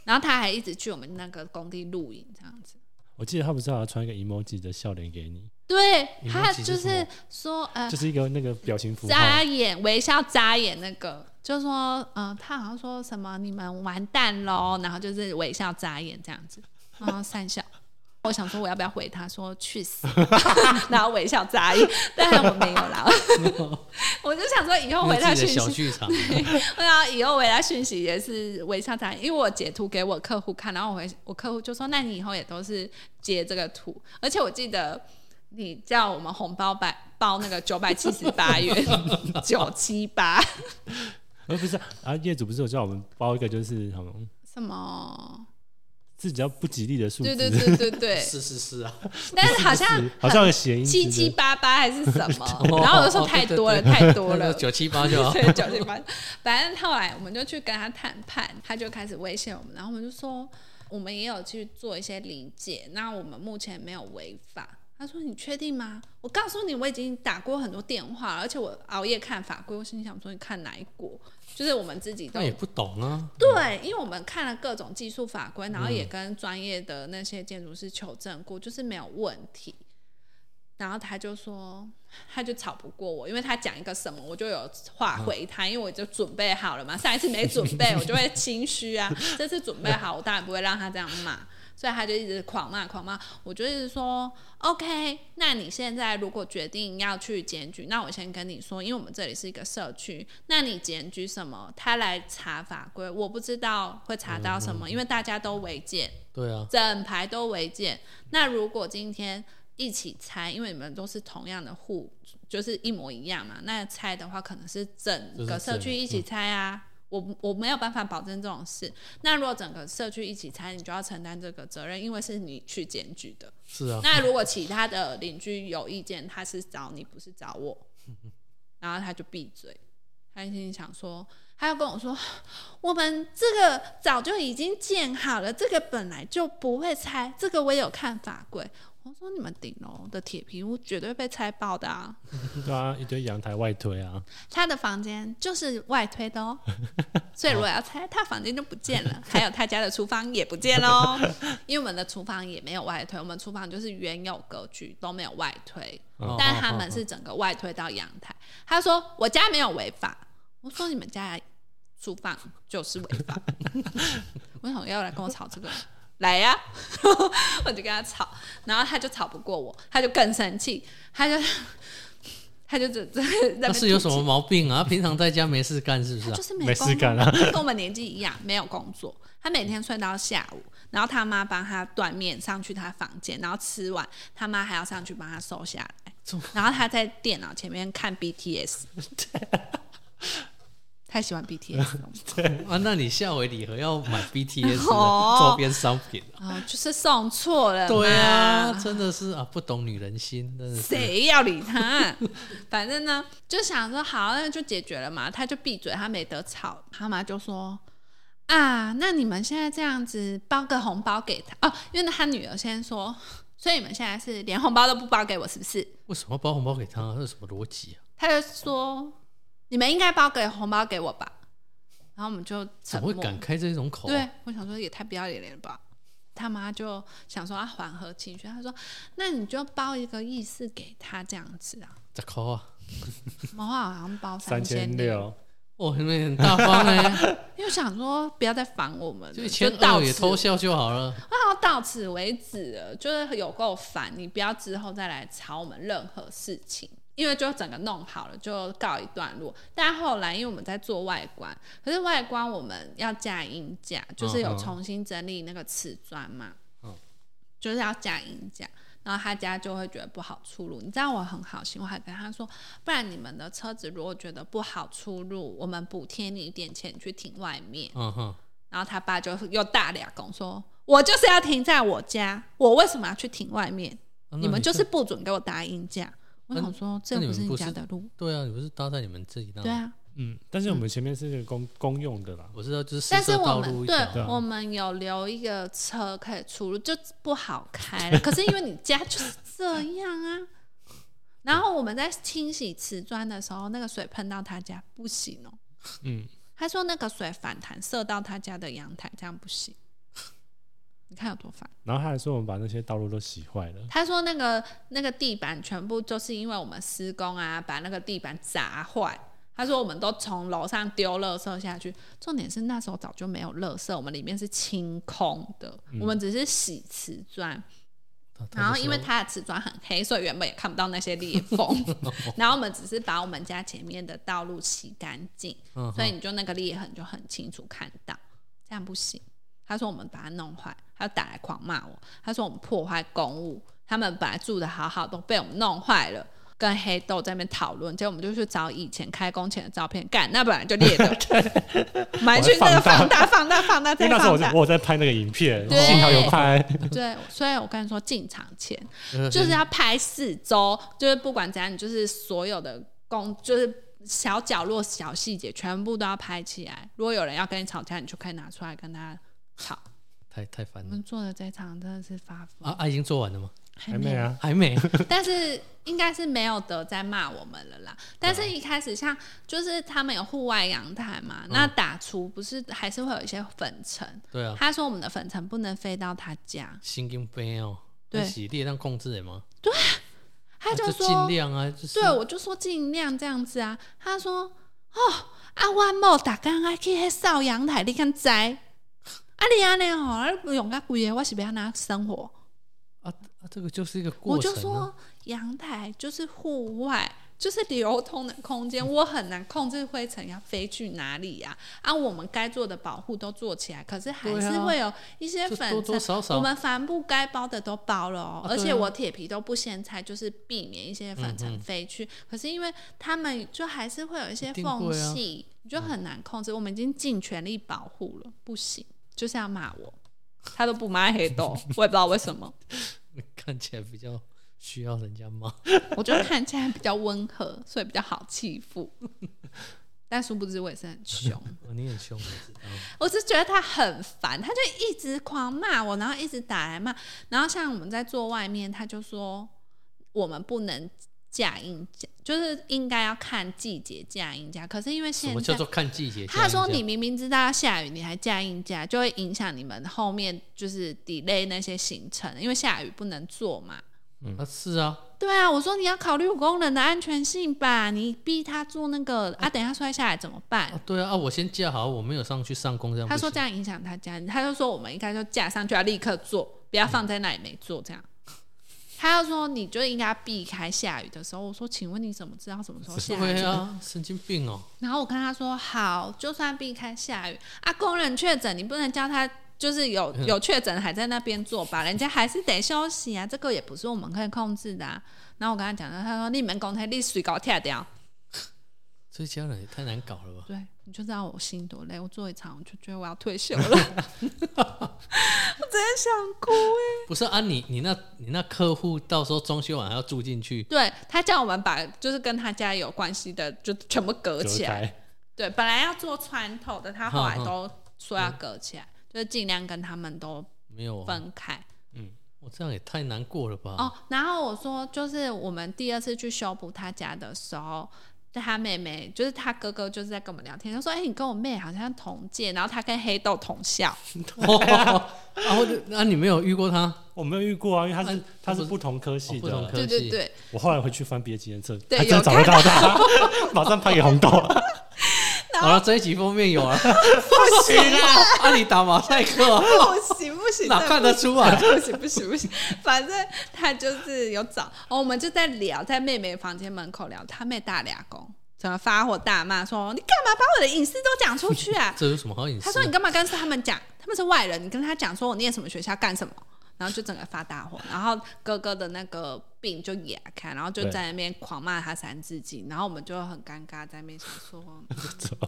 [SPEAKER 1] 然后他还一直去我们那个工地露营这样子。
[SPEAKER 3] 我记得他不是还要传一个 emoji 的笑脸给你，
[SPEAKER 1] 对
[SPEAKER 2] 你
[SPEAKER 1] 他
[SPEAKER 2] 们几
[SPEAKER 1] 就是
[SPEAKER 2] 什
[SPEAKER 1] 是
[SPEAKER 2] 么
[SPEAKER 1] 说，呃，
[SPEAKER 3] 就是一个那个表情符号。
[SPEAKER 1] 眨眼，微笑眨眼那个，就说，嗯、他好像说什么你们完蛋喽，然后就是微笑眨眼这样子，然后三笑。我想说我要不要回他说去死， <laughs> 然后微笑眨眼，但我没有
[SPEAKER 3] <laughs>
[SPEAKER 1] 啦。我就想说以后回
[SPEAKER 2] 自
[SPEAKER 1] 他
[SPEAKER 2] 己
[SPEAKER 1] 讯
[SPEAKER 2] 的小
[SPEAKER 1] 息，
[SPEAKER 2] 剧场，
[SPEAKER 1] 对啊，以后回他讯息也是微笑眨眼，因为我截图给我客户看，然后我回我客户就说，那你以后也都是截这个图，而且我记得你叫我们红包百包那个九百七十八 <laughs> 元九七八
[SPEAKER 3] 而不是啊啊，业主不是有叫我们包一个，就是好像
[SPEAKER 1] 什么？
[SPEAKER 3] 是比较不吉利的数字，
[SPEAKER 1] 对对对对 <laughs> 对，
[SPEAKER 2] 是是是啊，
[SPEAKER 1] 但是好像
[SPEAKER 3] 是 <laughs> 好像有谐音之类
[SPEAKER 1] 七
[SPEAKER 3] 的
[SPEAKER 1] 七八八还是什么
[SPEAKER 2] <laughs> 哦，
[SPEAKER 1] 然后我就说
[SPEAKER 2] 哦
[SPEAKER 1] 太
[SPEAKER 2] 对对
[SPEAKER 1] 多了
[SPEAKER 2] 对
[SPEAKER 1] 太多了，
[SPEAKER 2] 九七八就好。
[SPEAKER 1] <laughs> 对，九点半。反正后来我们就去跟他谈判，他就开始威胁我们，然后我们就说我们也有去做一些理解，那我们目前没有违法。他说：“你确定吗？我告诉你，我已经打过很多电话，而且我熬夜看法规。我心里想说，你看哪一国？就是我们自己都
[SPEAKER 2] 那也不懂啊，
[SPEAKER 1] 对，因为我们看了各种技术法规，然后也跟专业的那些建筑师求证过，就是没有问题。然后他就说，他就吵不过我，因为他讲一个什么，我就有话回他，因为我就准备好了嘛。上一次没准备，我就会心虚啊。这次准备好，我当然不会让他这样骂。所以他就一直狂骂狂骂。我就一直说 OK，那你现在如果决定要去检举，那我先跟你说，因为我们这里是一个社区，那你检举什么，他来查法规，我不知道会查到什么，因为大家都违建。
[SPEAKER 2] 对啊，
[SPEAKER 1] 整排都违建。那如果今天一起拆，因为你们都是同样的户，就是一模一样嘛，那拆的话可能是整个社区一起拆啊。我不我没有办法保证这种事。那如果整个社区一起拆，你就要承担这个责任，因为是你去检举的。
[SPEAKER 2] 是啊，
[SPEAKER 1] 那如果其他的邻居有意见，他是找你，不是找我，然后他就闭嘴。他心里想说，他要跟我说，我们这个早就已经建好了，这个本来就不会拆，这个我有看法规。我说你们顶楼的铁皮屋绝对被拆爆的啊！
[SPEAKER 3] 对啊，一堆阳台外推啊，
[SPEAKER 1] 他的房间就是外推的
[SPEAKER 2] <laughs>
[SPEAKER 1] 哦，所以如果要拆，他房间就不见
[SPEAKER 2] 哦
[SPEAKER 1] 了，还有他家的厨房也不见喽，
[SPEAKER 2] <laughs>
[SPEAKER 1] 因为我们的厨房也没有外推，我们厨房就是原有格局都没有外推，
[SPEAKER 2] 哦
[SPEAKER 1] 但他们是整个外推到阳台。他说我家没有违法，我说你们家厨房就是违
[SPEAKER 2] <laughs>
[SPEAKER 1] 法，为什么要来跟我吵这个？来呀、 <laughs> 我就跟他吵，然后他就吵不过我，他就更生气，他就他就只在在那边
[SPEAKER 2] 那是有
[SPEAKER 1] 吐气
[SPEAKER 2] 什么毛病啊？他平常在家没事干是不是
[SPEAKER 1] 他
[SPEAKER 2] 啊
[SPEAKER 1] 就？是
[SPEAKER 3] 没
[SPEAKER 1] 工
[SPEAKER 3] 事
[SPEAKER 1] 作
[SPEAKER 3] 干啊
[SPEAKER 1] 他跟我们年纪一样，没有工作，他每天睡到下午，然后他妈帮他断面上去他房间，然后吃完，他妈还要上去帮他收下来
[SPEAKER 2] 这么，
[SPEAKER 1] 然后他在电脑前面看 BTS，太喜欢 BTS 了，
[SPEAKER 2] 啊，那你下回礼盒要买 BTS
[SPEAKER 1] <laughs> 哦
[SPEAKER 2] 的周边商品啊？
[SPEAKER 1] 哦，就是送错了嘛，
[SPEAKER 2] 对啊，真的是啊，不懂女人心，真的是。
[SPEAKER 1] 谁要理
[SPEAKER 2] <laughs>
[SPEAKER 1] 他？反正呢，就想说好，那就解决了嘛。他就闭嘴，他没得吵。他妈就说啊，那你们现在这样子包个红包给他哦，因为他女儿先说，所以你们现在是连红包都不包给我，是不是？
[SPEAKER 2] 为什么要包红包给他、啊？这是什么逻辑啊？
[SPEAKER 1] 他就说你们应该包给红包给我吧。然后我们就
[SPEAKER 2] 怎
[SPEAKER 1] 沉
[SPEAKER 2] 么
[SPEAKER 1] 默。
[SPEAKER 2] 会敢开这种口、
[SPEAKER 1] 对
[SPEAKER 2] 啊？，
[SPEAKER 1] 我想说也太不要脸了吧。他妈就想说要缓和情绪，他说：“那你就包一个意思给他这样子啊。”
[SPEAKER 2] 咋抠啊？
[SPEAKER 1] 毛花好像包
[SPEAKER 3] 三
[SPEAKER 1] 千
[SPEAKER 3] 千，六，
[SPEAKER 2] 哦，你们很大方哎、
[SPEAKER 1] <laughs> 因为想说不要再烦我们了，
[SPEAKER 2] 就
[SPEAKER 1] 就
[SPEAKER 2] 一千
[SPEAKER 1] 到
[SPEAKER 2] 二
[SPEAKER 1] 此
[SPEAKER 2] 也偷笑就好了。
[SPEAKER 1] 啊，到此为止了，就是有够烦，你不要之后再来吵我们任何事情。因为就整个弄好了，就告一段落。但后来因为我们在做外观，可是外观我们要架音架，就是有
[SPEAKER 2] 嗯嗯
[SPEAKER 1] 重新整理那个瓷砖嘛，
[SPEAKER 2] 嗯
[SPEAKER 1] 就是要架音架。然后他家就会觉得不好出入。你知道我很好心，我还跟他说，不然你们的车子如果觉得不好出入，我们补贴你一点钱去停外面。
[SPEAKER 2] 嗯哼，
[SPEAKER 1] 然后他爸就又大俩公说：“我就是要停在我家，我为什么要去停外面？
[SPEAKER 2] 啊
[SPEAKER 1] 你们就
[SPEAKER 2] 这
[SPEAKER 1] 是不准给我搭音架。”我
[SPEAKER 2] 那
[SPEAKER 1] 想说，这
[SPEAKER 2] 嗯那
[SPEAKER 1] 不
[SPEAKER 2] 你
[SPEAKER 1] 是
[SPEAKER 2] 们
[SPEAKER 1] 你
[SPEAKER 2] 不
[SPEAKER 1] 家
[SPEAKER 2] 是
[SPEAKER 1] 的路，
[SPEAKER 2] 对啊，你不是搭在你们自己那？
[SPEAKER 1] 对，啊。
[SPEAKER 3] 嗯，但是我们前面是那个公公用的啦，
[SPEAKER 2] 我知道，就是四
[SPEAKER 1] 但是
[SPEAKER 2] 车
[SPEAKER 1] 我
[SPEAKER 2] 道
[SPEAKER 1] 们
[SPEAKER 2] 路一
[SPEAKER 1] 对
[SPEAKER 2] 条。
[SPEAKER 3] 啊
[SPEAKER 1] 我们有留一个车可以出入，就不好开了。可是因为你家就是这样啊。然后我们在清洗瓷砖的时候，那个水喷到他家不行哦。
[SPEAKER 3] 嗯，
[SPEAKER 1] 他说那个水反弹射到他家的阳台，这样不行。你看有多烦。
[SPEAKER 3] 然后他还说我们把那些道路都洗坏了，
[SPEAKER 1] 他说那个那个地板全部就是因为我们施工啊，把那个地板砸坏。他说我们都从楼上丢垃圾下去，重点是那时候早就没有垃圾，我们里面是清空的，我们只是洗瓷砖。
[SPEAKER 2] 他他
[SPEAKER 1] 然后
[SPEAKER 2] 就
[SPEAKER 1] 因为
[SPEAKER 2] 说
[SPEAKER 1] 它的瓷砖很黑，所以原本也看不到那些裂缝。然后我们只是把我们家前面的道路洗干净，
[SPEAKER 2] 嗯
[SPEAKER 1] 所以你就那个裂痕就很清楚看到，这样不行。他说我们把它弄坏，他就打来狂骂我。他说我们破坏公物，他们本来住的好好都被我们弄坏了。跟黑豆在那边讨论，结果我们就去找以前开工前的照片，干那本来就裂
[SPEAKER 3] <laughs>
[SPEAKER 1] 的，我们还去那个放
[SPEAKER 3] 放
[SPEAKER 1] 大、放大、放大
[SPEAKER 3] 因
[SPEAKER 1] 再
[SPEAKER 3] 为那时候
[SPEAKER 1] 放
[SPEAKER 3] 我在
[SPEAKER 1] 大
[SPEAKER 3] 我。有在拍那个影片，
[SPEAKER 1] 对
[SPEAKER 3] 幸好有拍，
[SPEAKER 1] 对，所以我跟你说，进场前
[SPEAKER 2] 呃
[SPEAKER 1] 就是要拍四周，就是不管怎样，你就是所有的工，就是小角落、小细节，全部都要拍起来。如果有人要跟你吵架，你就可以拿出来跟他吵。
[SPEAKER 2] 太太烦
[SPEAKER 1] 我
[SPEAKER 2] 了
[SPEAKER 1] 们做的这场真的是发疯，
[SPEAKER 2] 啊！啊，已经做完了吗？
[SPEAKER 1] 还
[SPEAKER 3] 还没，啊，
[SPEAKER 2] 还没。
[SPEAKER 1] <laughs> 但是应该是没有得再骂我们了啦。但是一开始像就是他们有户外阳台嘛，
[SPEAKER 2] 嗯
[SPEAKER 1] 那打除不是还是会有一些粉尘。
[SPEAKER 2] 对啊，
[SPEAKER 1] 他说我们的粉尘不能飞到他家，
[SPEAKER 2] 心经杯哦，
[SPEAKER 1] 对
[SPEAKER 2] 那洗列让控制的吗？
[SPEAKER 1] 他就
[SPEAKER 2] 啊
[SPEAKER 1] 说
[SPEAKER 2] 尽量啊，就是
[SPEAKER 1] 对，我就说尽量这样子啊。他说哦，啊，我某打刚啊去迄扫阳台，你敢知？啊你安尼吼，你用甲贵个，我是要安那生活？
[SPEAKER 2] 啊啊，这个就是一个过
[SPEAKER 1] 我
[SPEAKER 2] 程、啊。
[SPEAKER 1] 就说阳台就是户外，就是流通的空
[SPEAKER 2] 嗯
[SPEAKER 1] 间，我很难控制灰尘要飞去哪里呀、啊。我们该做的保护都做起来，可是还
[SPEAKER 2] 对
[SPEAKER 1] 是
[SPEAKER 2] 啊
[SPEAKER 1] 会有一些
[SPEAKER 2] 就
[SPEAKER 1] 粉
[SPEAKER 2] 多
[SPEAKER 1] 尘。
[SPEAKER 2] 多少少
[SPEAKER 1] 我们帆布该包的都包了哦，
[SPEAKER 2] 啊
[SPEAKER 1] 而
[SPEAKER 2] 对
[SPEAKER 1] 且
[SPEAKER 2] 啊嗯
[SPEAKER 1] 我铁皮都不先拆，就是避免一些粉尘飞去。可是因为他们就还是会有一些
[SPEAKER 2] 一定会
[SPEAKER 1] 缝
[SPEAKER 2] 啊
[SPEAKER 1] 隙，你就很难控制。我们已经尽全力保护了，不行，就是要骂
[SPEAKER 2] <laughs>
[SPEAKER 1] 我。他都不骂黑豆，我也不知道为什么。
[SPEAKER 2] 看起来比较需要人家骂。
[SPEAKER 1] 我觉得看起来比较温和，所以比较好欺负。但殊不知我也是很凶，
[SPEAKER 2] 哦你很凶，我
[SPEAKER 1] <laughs>
[SPEAKER 2] 知道。
[SPEAKER 1] 我是觉得他很烦，他就一直狂骂我，然后一直打来骂，然后像我们在坐外面，他就说我们不能架硬架，就是应该要看季节架硬架。可是因为
[SPEAKER 2] 什
[SPEAKER 1] 现
[SPEAKER 2] 么
[SPEAKER 1] 在
[SPEAKER 2] 叫做看季节？
[SPEAKER 1] 他说
[SPEAKER 2] 像
[SPEAKER 1] 你
[SPEAKER 2] 这样
[SPEAKER 1] 明明知道要下雨，你还架硬架，就会影响你们后面就是 delay 那些行程，因为下雨不能坐嘛。
[SPEAKER 2] 啊是啊，
[SPEAKER 1] 对啊，我说你要考虑工人的安全性吧，你逼他做那个啊，等一下摔下来怎么办？
[SPEAKER 2] 啊对啊啊！我先架好，我没有上去上工这样不
[SPEAKER 1] 他
[SPEAKER 2] 行。
[SPEAKER 1] 说这样影响他家，他就说我们应该就架上去，要立刻做，不要放在那里没做这样。他就说你就应该避开下雨的时候。我说，请问你怎么知道什么时候下雨？
[SPEAKER 2] 对啊，神经病哦！
[SPEAKER 1] 然后我跟他说，好，就算避开下雨啊，工人确诊，你不能叫他就是有有确诊还在那边做吧，人家还是得休息啊，这个也不是我们可以控制的、啊。然后我跟他讲了，他说你们公台你水搞跳掉，
[SPEAKER 2] 这家人也太难搞了吧？
[SPEAKER 1] 对，你就知道我心多累。我做一场，我就觉得我要退休了，我真的想哭哎、
[SPEAKER 2] 不是啊，你你那你那客户到时候装修完还要住进去，
[SPEAKER 1] 对他叫我们把就是跟他家有关系的，就全部隔
[SPEAKER 3] 隔
[SPEAKER 1] 起来。
[SPEAKER 3] 开。
[SPEAKER 1] 对，本来要做穿透的，他后来都说要隔起来，就是尽量跟他们都
[SPEAKER 2] 没有啊？
[SPEAKER 1] 分开。
[SPEAKER 2] 我这样也太难过了吧？ <laughs>
[SPEAKER 1] 哦，然后我说，就是我们第二次去修补他家的时候，他妹妹就是他哥哥，就是在跟我们聊天，他说：“哎、你跟我妹好像同届，然后他跟黑豆同校。”
[SPEAKER 2] 然后啊那你没有遇过他？
[SPEAKER 3] 我没有遇过啊，因为他是
[SPEAKER 2] 啊
[SPEAKER 3] 他是
[SPEAKER 2] 不是
[SPEAKER 3] 不同科系
[SPEAKER 2] 哦不同
[SPEAKER 3] 的
[SPEAKER 2] 科。
[SPEAKER 1] 对对对，
[SPEAKER 3] 我后来回去翻毕业纪念册，
[SPEAKER 1] 对
[SPEAKER 3] 还真
[SPEAKER 1] 有
[SPEAKER 3] 找得到他， <laughs> 马上拍给红豆。
[SPEAKER 2] 好了，这一集封面有啊，不行啊！ <laughs> 啊，你打马赛克啊，
[SPEAKER 1] 不行不行，
[SPEAKER 2] 哪看得
[SPEAKER 1] <laughs>
[SPEAKER 2] 出啊来？？
[SPEAKER 1] 不行不行不行，反正他就是有找，哦，我们就在聊，在妹妹房间门口聊，他妹大俩公，怎么发火大骂说你干嘛把我的隐私都讲出去啊
[SPEAKER 2] <laughs> 这有什么好隐私
[SPEAKER 1] 他说你
[SPEAKER 2] 的？
[SPEAKER 1] 干嘛跟他们讲？他们是外人，你跟他讲说我念什么学校干什么，然后就整个发大火，然后哥哥的那个病就哑开，然后就
[SPEAKER 3] 对
[SPEAKER 1] 在那边狂骂他三字经，然后我们就很尴尬在那边想说、
[SPEAKER 2] <laughs>
[SPEAKER 1] 嗯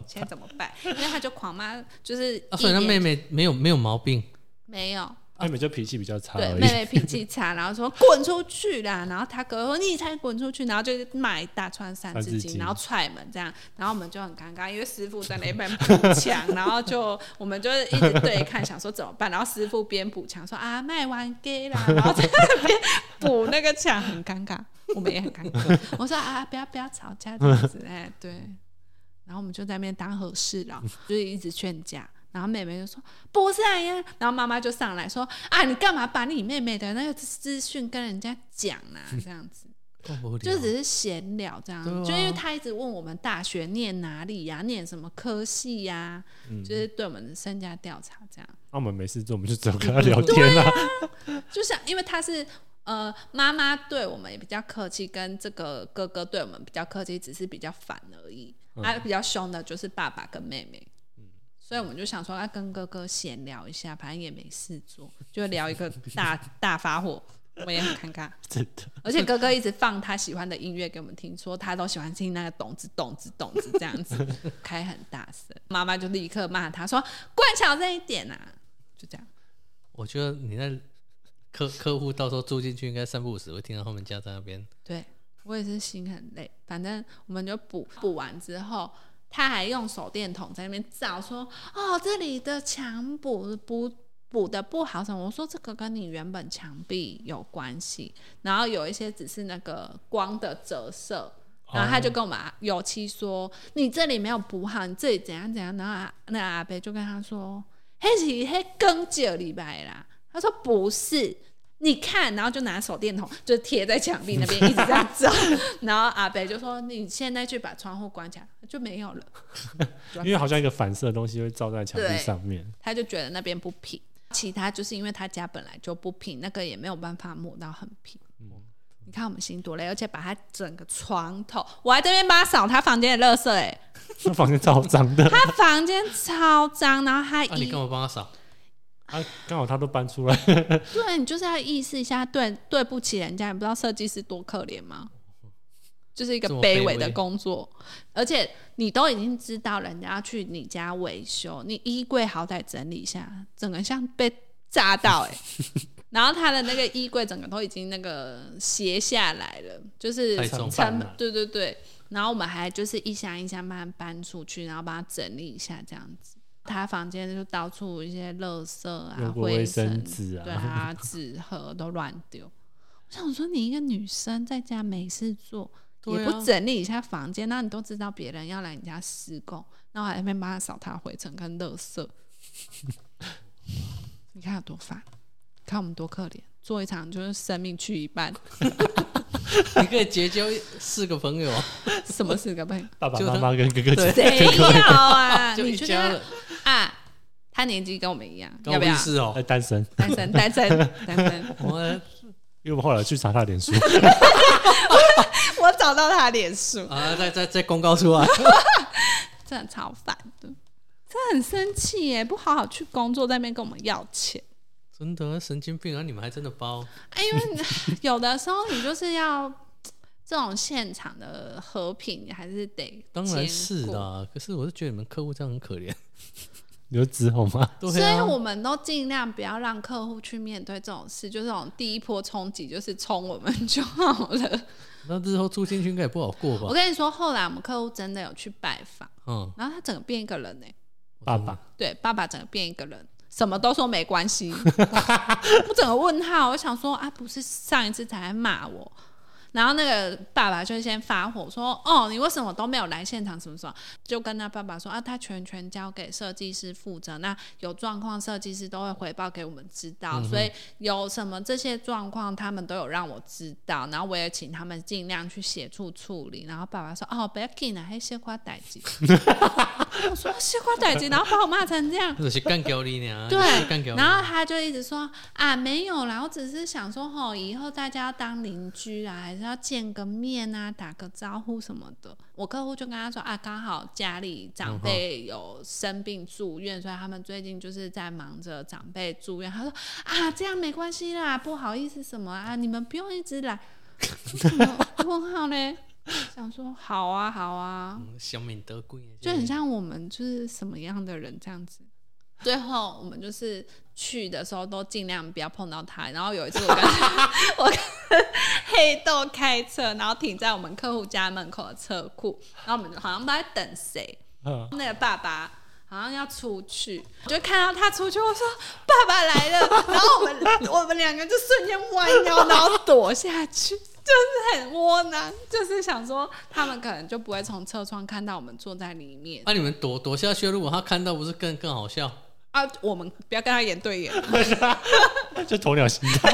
[SPEAKER 1] 现在怎么办？因为他就狂骂，就是
[SPEAKER 2] 啊，所以
[SPEAKER 1] 一
[SPEAKER 2] 他
[SPEAKER 1] 年
[SPEAKER 2] 妹妹没有没有毛病，
[SPEAKER 1] 没有。
[SPEAKER 3] 妹妹就脾气比较差
[SPEAKER 1] 对，
[SPEAKER 3] 而
[SPEAKER 1] 妹
[SPEAKER 3] 已。
[SPEAKER 1] 妹脾气差，然后说滚出去啦，然后他哥说你才滚出去，然后就骂一大串三字
[SPEAKER 3] 三字
[SPEAKER 1] 经，
[SPEAKER 3] 经
[SPEAKER 1] 然后踹门这样，然后我们就很尴尬，因为师傅在那边补墙， <laughs> 然后就我们就一直对看，想说怎么办，然后师傅边补墙说啊卖完给啦，然后在那边补那个墙，很尴尬，我们也很尴尬，我说啊不要不要吵架这样子，哎对。然后我们就在那边当和事佬，就是一直劝架。然后妹妹就说：“不是啊呀。”然后妈妈就上来说：“啊，你干嘛把你妹妹的那个资讯跟人家讲啊？这样子
[SPEAKER 2] 够无聊
[SPEAKER 1] 就只是闲聊这样。
[SPEAKER 2] 对啊
[SPEAKER 1] 就因为她一直问我们大学念哪里呀、念什么科系呀、
[SPEAKER 2] 嗯
[SPEAKER 1] 就是对我们的身家调查这样。
[SPEAKER 3] 那我们没事做，我们就只有跟他聊天啊。
[SPEAKER 1] 就像因为她是呃妈妈对我们也比较客气，跟这个哥哥对我们比较客气，只是比较烦而已。
[SPEAKER 2] 嗯
[SPEAKER 1] 啊，比较凶的就是爸爸跟妹妹。所以我们就想说，要、跟哥哥闲聊一下，反正也没事
[SPEAKER 2] <laughs>
[SPEAKER 1] 做，就聊一个大大发火，我们也很尴尬。
[SPEAKER 3] 真的，
[SPEAKER 1] 而且哥哥一直放他喜欢的音乐给我们听，说他都喜欢听那个咚子咚子咚子这样子，开很大声。妈妈就立刻骂他说：“关小声一点啊！”就这样。
[SPEAKER 2] 我觉得你那客客户到时候住进去，应该三不五时会听到他们家在那边。
[SPEAKER 1] 对我也是心很累，反正我们就补补完之后，他还用手电筒在那边照说，哦，这里的墙补补补的不好什么。我说这个跟你原本墙壁有关系，然后有一些只是那个光的折射。然后他就跟我们啊油漆说：“你这里没有补好，你这里怎样怎样。”然后啊那阿伯就跟他说：“黑是黑更久礼拜啦。”他说：“不是，你看，然后就拿手电筒就贴在墙壁那边一直这样照，然后阿北就说：“你现在去把窗户关起来，就没有了。
[SPEAKER 3] 因为好像一个反射的东西会照在墙壁上面，”
[SPEAKER 1] 他就觉得那边不平。其他就是因为他家本来就不平，那个也没有办法抹到很平。你看我们心多累，而且把他整个床头，我还在那边帮他扫他房间的垃圾、欸，哎，
[SPEAKER 3] 那 <laughs> 房间超脏的。
[SPEAKER 1] 他房间超脏，然后他
[SPEAKER 2] 那、啊你
[SPEAKER 1] 衣
[SPEAKER 2] 干嘛帮他扫？
[SPEAKER 3] 啊，刚好他都搬出来，
[SPEAKER 1] 对你就是要意识一下，对对不起人家，你不知道设计师多可怜吗？就是一个
[SPEAKER 2] 这么
[SPEAKER 1] 卑
[SPEAKER 2] 卑
[SPEAKER 1] 微的
[SPEAKER 2] 微
[SPEAKER 1] 工作，而且你都已经知道人家要去你家维修，你衣柜好歹整理一下，整个像被炸到哎、
[SPEAKER 2] <laughs>
[SPEAKER 1] 然后他的那个衣柜整个都已经那个斜下来了，就是
[SPEAKER 2] 太重
[SPEAKER 1] 成
[SPEAKER 3] 了
[SPEAKER 1] 对对对。然后我们还就是一箱一箱慢慢搬出去，然后把它整理一下这样子。他房间就到处一些垃圾啊
[SPEAKER 3] 用、过
[SPEAKER 1] 灰
[SPEAKER 3] 卫
[SPEAKER 1] 尘
[SPEAKER 3] 生纸
[SPEAKER 1] 对
[SPEAKER 3] 啊，
[SPEAKER 1] 啊， <laughs> 纸盒都乱丢。我想说，你一个女生在家没事做，
[SPEAKER 2] 对
[SPEAKER 1] 也
[SPEAKER 2] 啊
[SPEAKER 1] 不整理一下房间，那你都知道别人要来你家施工，然后还在那边帮他扫他的灰尘跟垃圾，
[SPEAKER 3] <laughs>
[SPEAKER 1] 你看有多烦，看我们多可怜，做一场就是生命去一
[SPEAKER 3] <laughs>
[SPEAKER 1] 半，
[SPEAKER 2] 你可以结交四个朋友啊，
[SPEAKER 1] 什么事个朋友？
[SPEAKER 3] <laughs> 爸爸
[SPEAKER 2] 就
[SPEAKER 3] 妈
[SPEAKER 2] 他
[SPEAKER 3] 妈跟哥哥姐
[SPEAKER 2] 对
[SPEAKER 3] 姐，
[SPEAKER 1] 谁要 <laughs> 啊？
[SPEAKER 2] 就
[SPEAKER 1] 你
[SPEAKER 2] 一
[SPEAKER 1] 去
[SPEAKER 2] 家
[SPEAKER 1] 跟
[SPEAKER 2] 了，
[SPEAKER 1] 他啊，他年纪跟我们一样，
[SPEAKER 2] 跟
[SPEAKER 1] 要哎
[SPEAKER 2] 我
[SPEAKER 1] 不
[SPEAKER 2] 意
[SPEAKER 1] 要？
[SPEAKER 2] 思哦
[SPEAKER 3] 呃，单身。
[SPEAKER 1] 单身，单身，单
[SPEAKER 3] <laughs>
[SPEAKER 1] 身。
[SPEAKER 2] <laughs> 我们
[SPEAKER 3] 因为我后来去查他的 <laughs> 脸书，
[SPEAKER 1] <laughs> 我找到他脸书，
[SPEAKER 2] 啊，再再再公告出来，
[SPEAKER 1] 真的超烦的，真的很生气耶！不好好去工作，在那边跟我们要钱。
[SPEAKER 2] 真的神经病啊！你们还真的包，
[SPEAKER 1] 哎，因为 <laughs> 你有的时候你就是要这种现场的和平，你还是得
[SPEAKER 2] 当然是啊
[SPEAKER 1] 的、
[SPEAKER 2] 啦。可是我是觉得你们客户这样很可
[SPEAKER 1] <laughs>
[SPEAKER 2] 怜，
[SPEAKER 3] 有之后吗？
[SPEAKER 1] 所
[SPEAKER 2] 对
[SPEAKER 1] 以
[SPEAKER 2] 啊，
[SPEAKER 1] 我们都尽量不要让客户去面对这种事，就这种第一波冲击，就是冲我们就好
[SPEAKER 2] <laughs>
[SPEAKER 1] 了。
[SPEAKER 2] 那日后住进去应该也不好过
[SPEAKER 1] 我
[SPEAKER 2] 吧？
[SPEAKER 1] 跟你说，后来我们客户真的有去拜访，
[SPEAKER 2] 嗯，
[SPEAKER 1] 然后他整个变一个人呢、欸
[SPEAKER 3] 爸爸，
[SPEAKER 1] 对，爸爸整个变一个人，什么都说没关系。我整个问号，我想说啊，不是上一次才来骂我。然后那个爸爸就先发火说：“哦，你为什么都没有来现场？什么什么？”就跟他爸爸说：“啊，他全权交给设计师负责，那有状况设计师都会回报给我们知道，所以有什么这些状况他们都有让我知道，然后我也请他们尽量去协助处理。”然后爸爸说：“哦，不要紧啊，还西瓜代志。”我说：“西瓜代志。”然后把我骂成这样，
[SPEAKER 2] 那是干掉你呢，
[SPEAKER 1] <laughs> 对
[SPEAKER 2] 就是干掉你
[SPEAKER 1] 然。后他就一直说啊，没有啦，我只是想说吼，以后大家要当邻居啊，还是要见个面啊，打个招呼什么的。我客户就跟他说啊，刚好家里长辈有生病住院，所以他们最近就是在忙着长辈住院。他说啊，这样没关系啦，不好意思什么啊，你们不用一直来。 <laughs> 为什么问号嘞？想说好啊，好啊，
[SPEAKER 2] 嗯小敏得贵，
[SPEAKER 1] 就很像我们就是什么样的人这样子。最后我们就是去的时候都尽量不要碰到他。然后有一次我跟 <laughs> 我跟黑豆开车，然后停在我们客户家门口的车库，然后我们就好像不知道在等谁，
[SPEAKER 3] 嗯，
[SPEAKER 1] 那个爸爸。好像要出去，我就看到他出去，我说爸爸来了，然后我们 <laughs> 我们两个就瞬间弯腰，然后躲下去， <laughs> 就是很窝囊，就是想说他们可能就不会从车窗看到我们坐在里面
[SPEAKER 2] 啊那、你们躲躲下去，如果他看到，不是更更好笑？
[SPEAKER 1] 啊，我们不要跟他演 <laughs> 对眼，
[SPEAKER 3] <laughs> 就鸵鸟心态，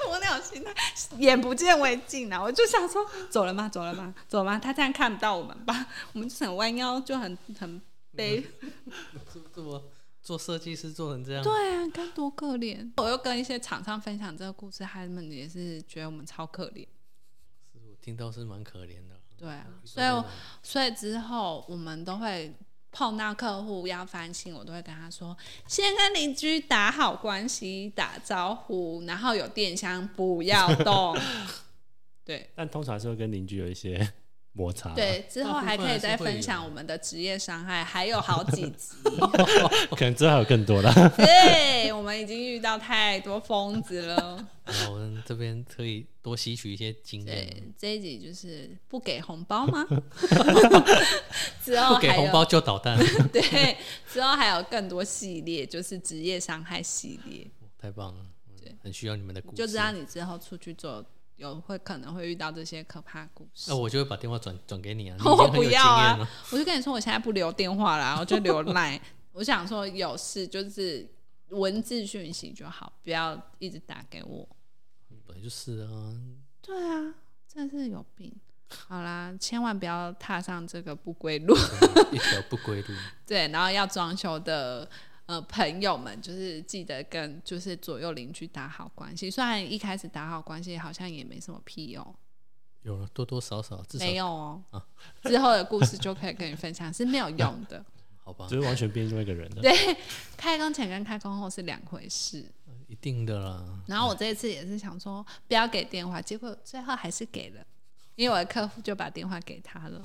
[SPEAKER 1] 鸵鸟心态，眼不见为净啊！我就想说，走了吗？走了吗？走了吗？他这样看不到我们吧？ <laughs> 我们就很弯腰，就很很悲
[SPEAKER 2] 是不是我做设计师做成这样？
[SPEAKER 1] 对啊，看多可怜！我又跟一些厂商分享这个故事，他们也是觉得我们超可怜。
[SPEAKER 2] 是我听到是蛮可怜的。
[SPEAKER 1] 对啊，所以我
[SPEAKER 2] 嗯
[SPEAKER 1] 所以之后我们都会碰到客户要翻新，我都会跟他说，先跟邻居打好关系，打招呼，然后有电箱不要动。对
[SPEAKER 3] <laughs> 但通常是会跟邻居有一些摩擦。，
[SPEAKER 1] 对，之后还可以再分
[SPEAKER 2] 啊大部分还是会
[SPEAKER 1] 享
[SPEAKER 2] 有
[SPEAKER 1] 我们的职业伤害，还有好几集。
[SPEAKER 3] 可能之后还有更多啦。
[SPEAKER 1] 对，我们已经遇到太多疯子了。
[SPEAKER 2] <laughs> 然后我们这边可以多吸取一些经验，
[SPEAKER 1] 对，这一集就是不给红包
[SPEAKER 2] <laughs>
[SPEAKER 1] 吗？之后
[SPEAKER 2] 不给
[SPEAKER 1] 还
[SPEAKER 2] 红
[SPEAKER 1] 有
[SPEAKER 2] 包就
[SPEAKER 1] <laughs>
[SPEAKER 2] 捣蛋，哦
[SPEAKER 1] 对，之后还有更多系列，就是职业伤害系列，
[SPEAKER 2] 太棒了，嗯很需要你们的故事。
[SPEAKER 1] 就知道你之后出去做有会可能会遇到这些可怕故事。
[SPEAKER 2] 那我就会把电话转转
[SPEAKER 1] <laughs>
[SPEAKER 2] 给你啊，你已经很
[SPEAKER 1] 我
[SPEAKER 2] 有
[SPEAKER 1] 不
[SPEAKER 2] 经
[SPEAKER 1] 要
[SPEAKER 2] 验
[SPEAKER 1] 啊
[SPEAKER 2] 了。！
[SPEAKER 1] <laughs> 我就跟你说，我现在不留电话啦，我就留 line。我想说有事就是文字讯息就好，不要一直打给我。
[SPEAKER 2] 本来就是
[SPEAKER 1] <laughs>
[SPEAKER 2] 啊，
[SPEAKER 1] 对啊，真是有病。好啦，千万不要踏上这个不归路。 <laughs>
[SPEAKER 2] 对一条不归路。
[SPEAKER 1] 对，然后要装修的呃朋友们，就是记得跟就是左右邻居打好关系。虽然一开始打好关系好像也没什么屁用，
[SPEAKER 2] 有了多多少少，至少啊
[SPEAKER 1] 没有哦。之后的故事就可以跟你分享，是没有用的。 <laughs>
[SPEAKER 2] 好吧，
[SPEAKER 3] 就是完全变另外一个人了。
[SPEAKER 1] 对，开工前跟开工后是两回事。
[SPEAKER 2] 一定的啦。
[SPEAKER 1] 然后我这一次也是想说不要给电话，结果最后还是给了，因为我的客户就把电话给他了。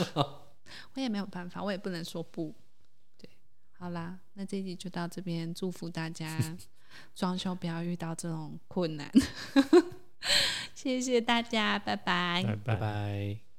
[SPEAKER 1] <laughs> 我也没有办法，我也不能说不。对，好啦，那这一集就到这边，祝福大家装修不要遇到这 <laughs> 种困难。谢谢大家，拜拜
[SPEAKER 3] 拜
[SPEAKER 2] 拜
[SPEAKER 3] 拜。
[SPEAKER 2] 拜。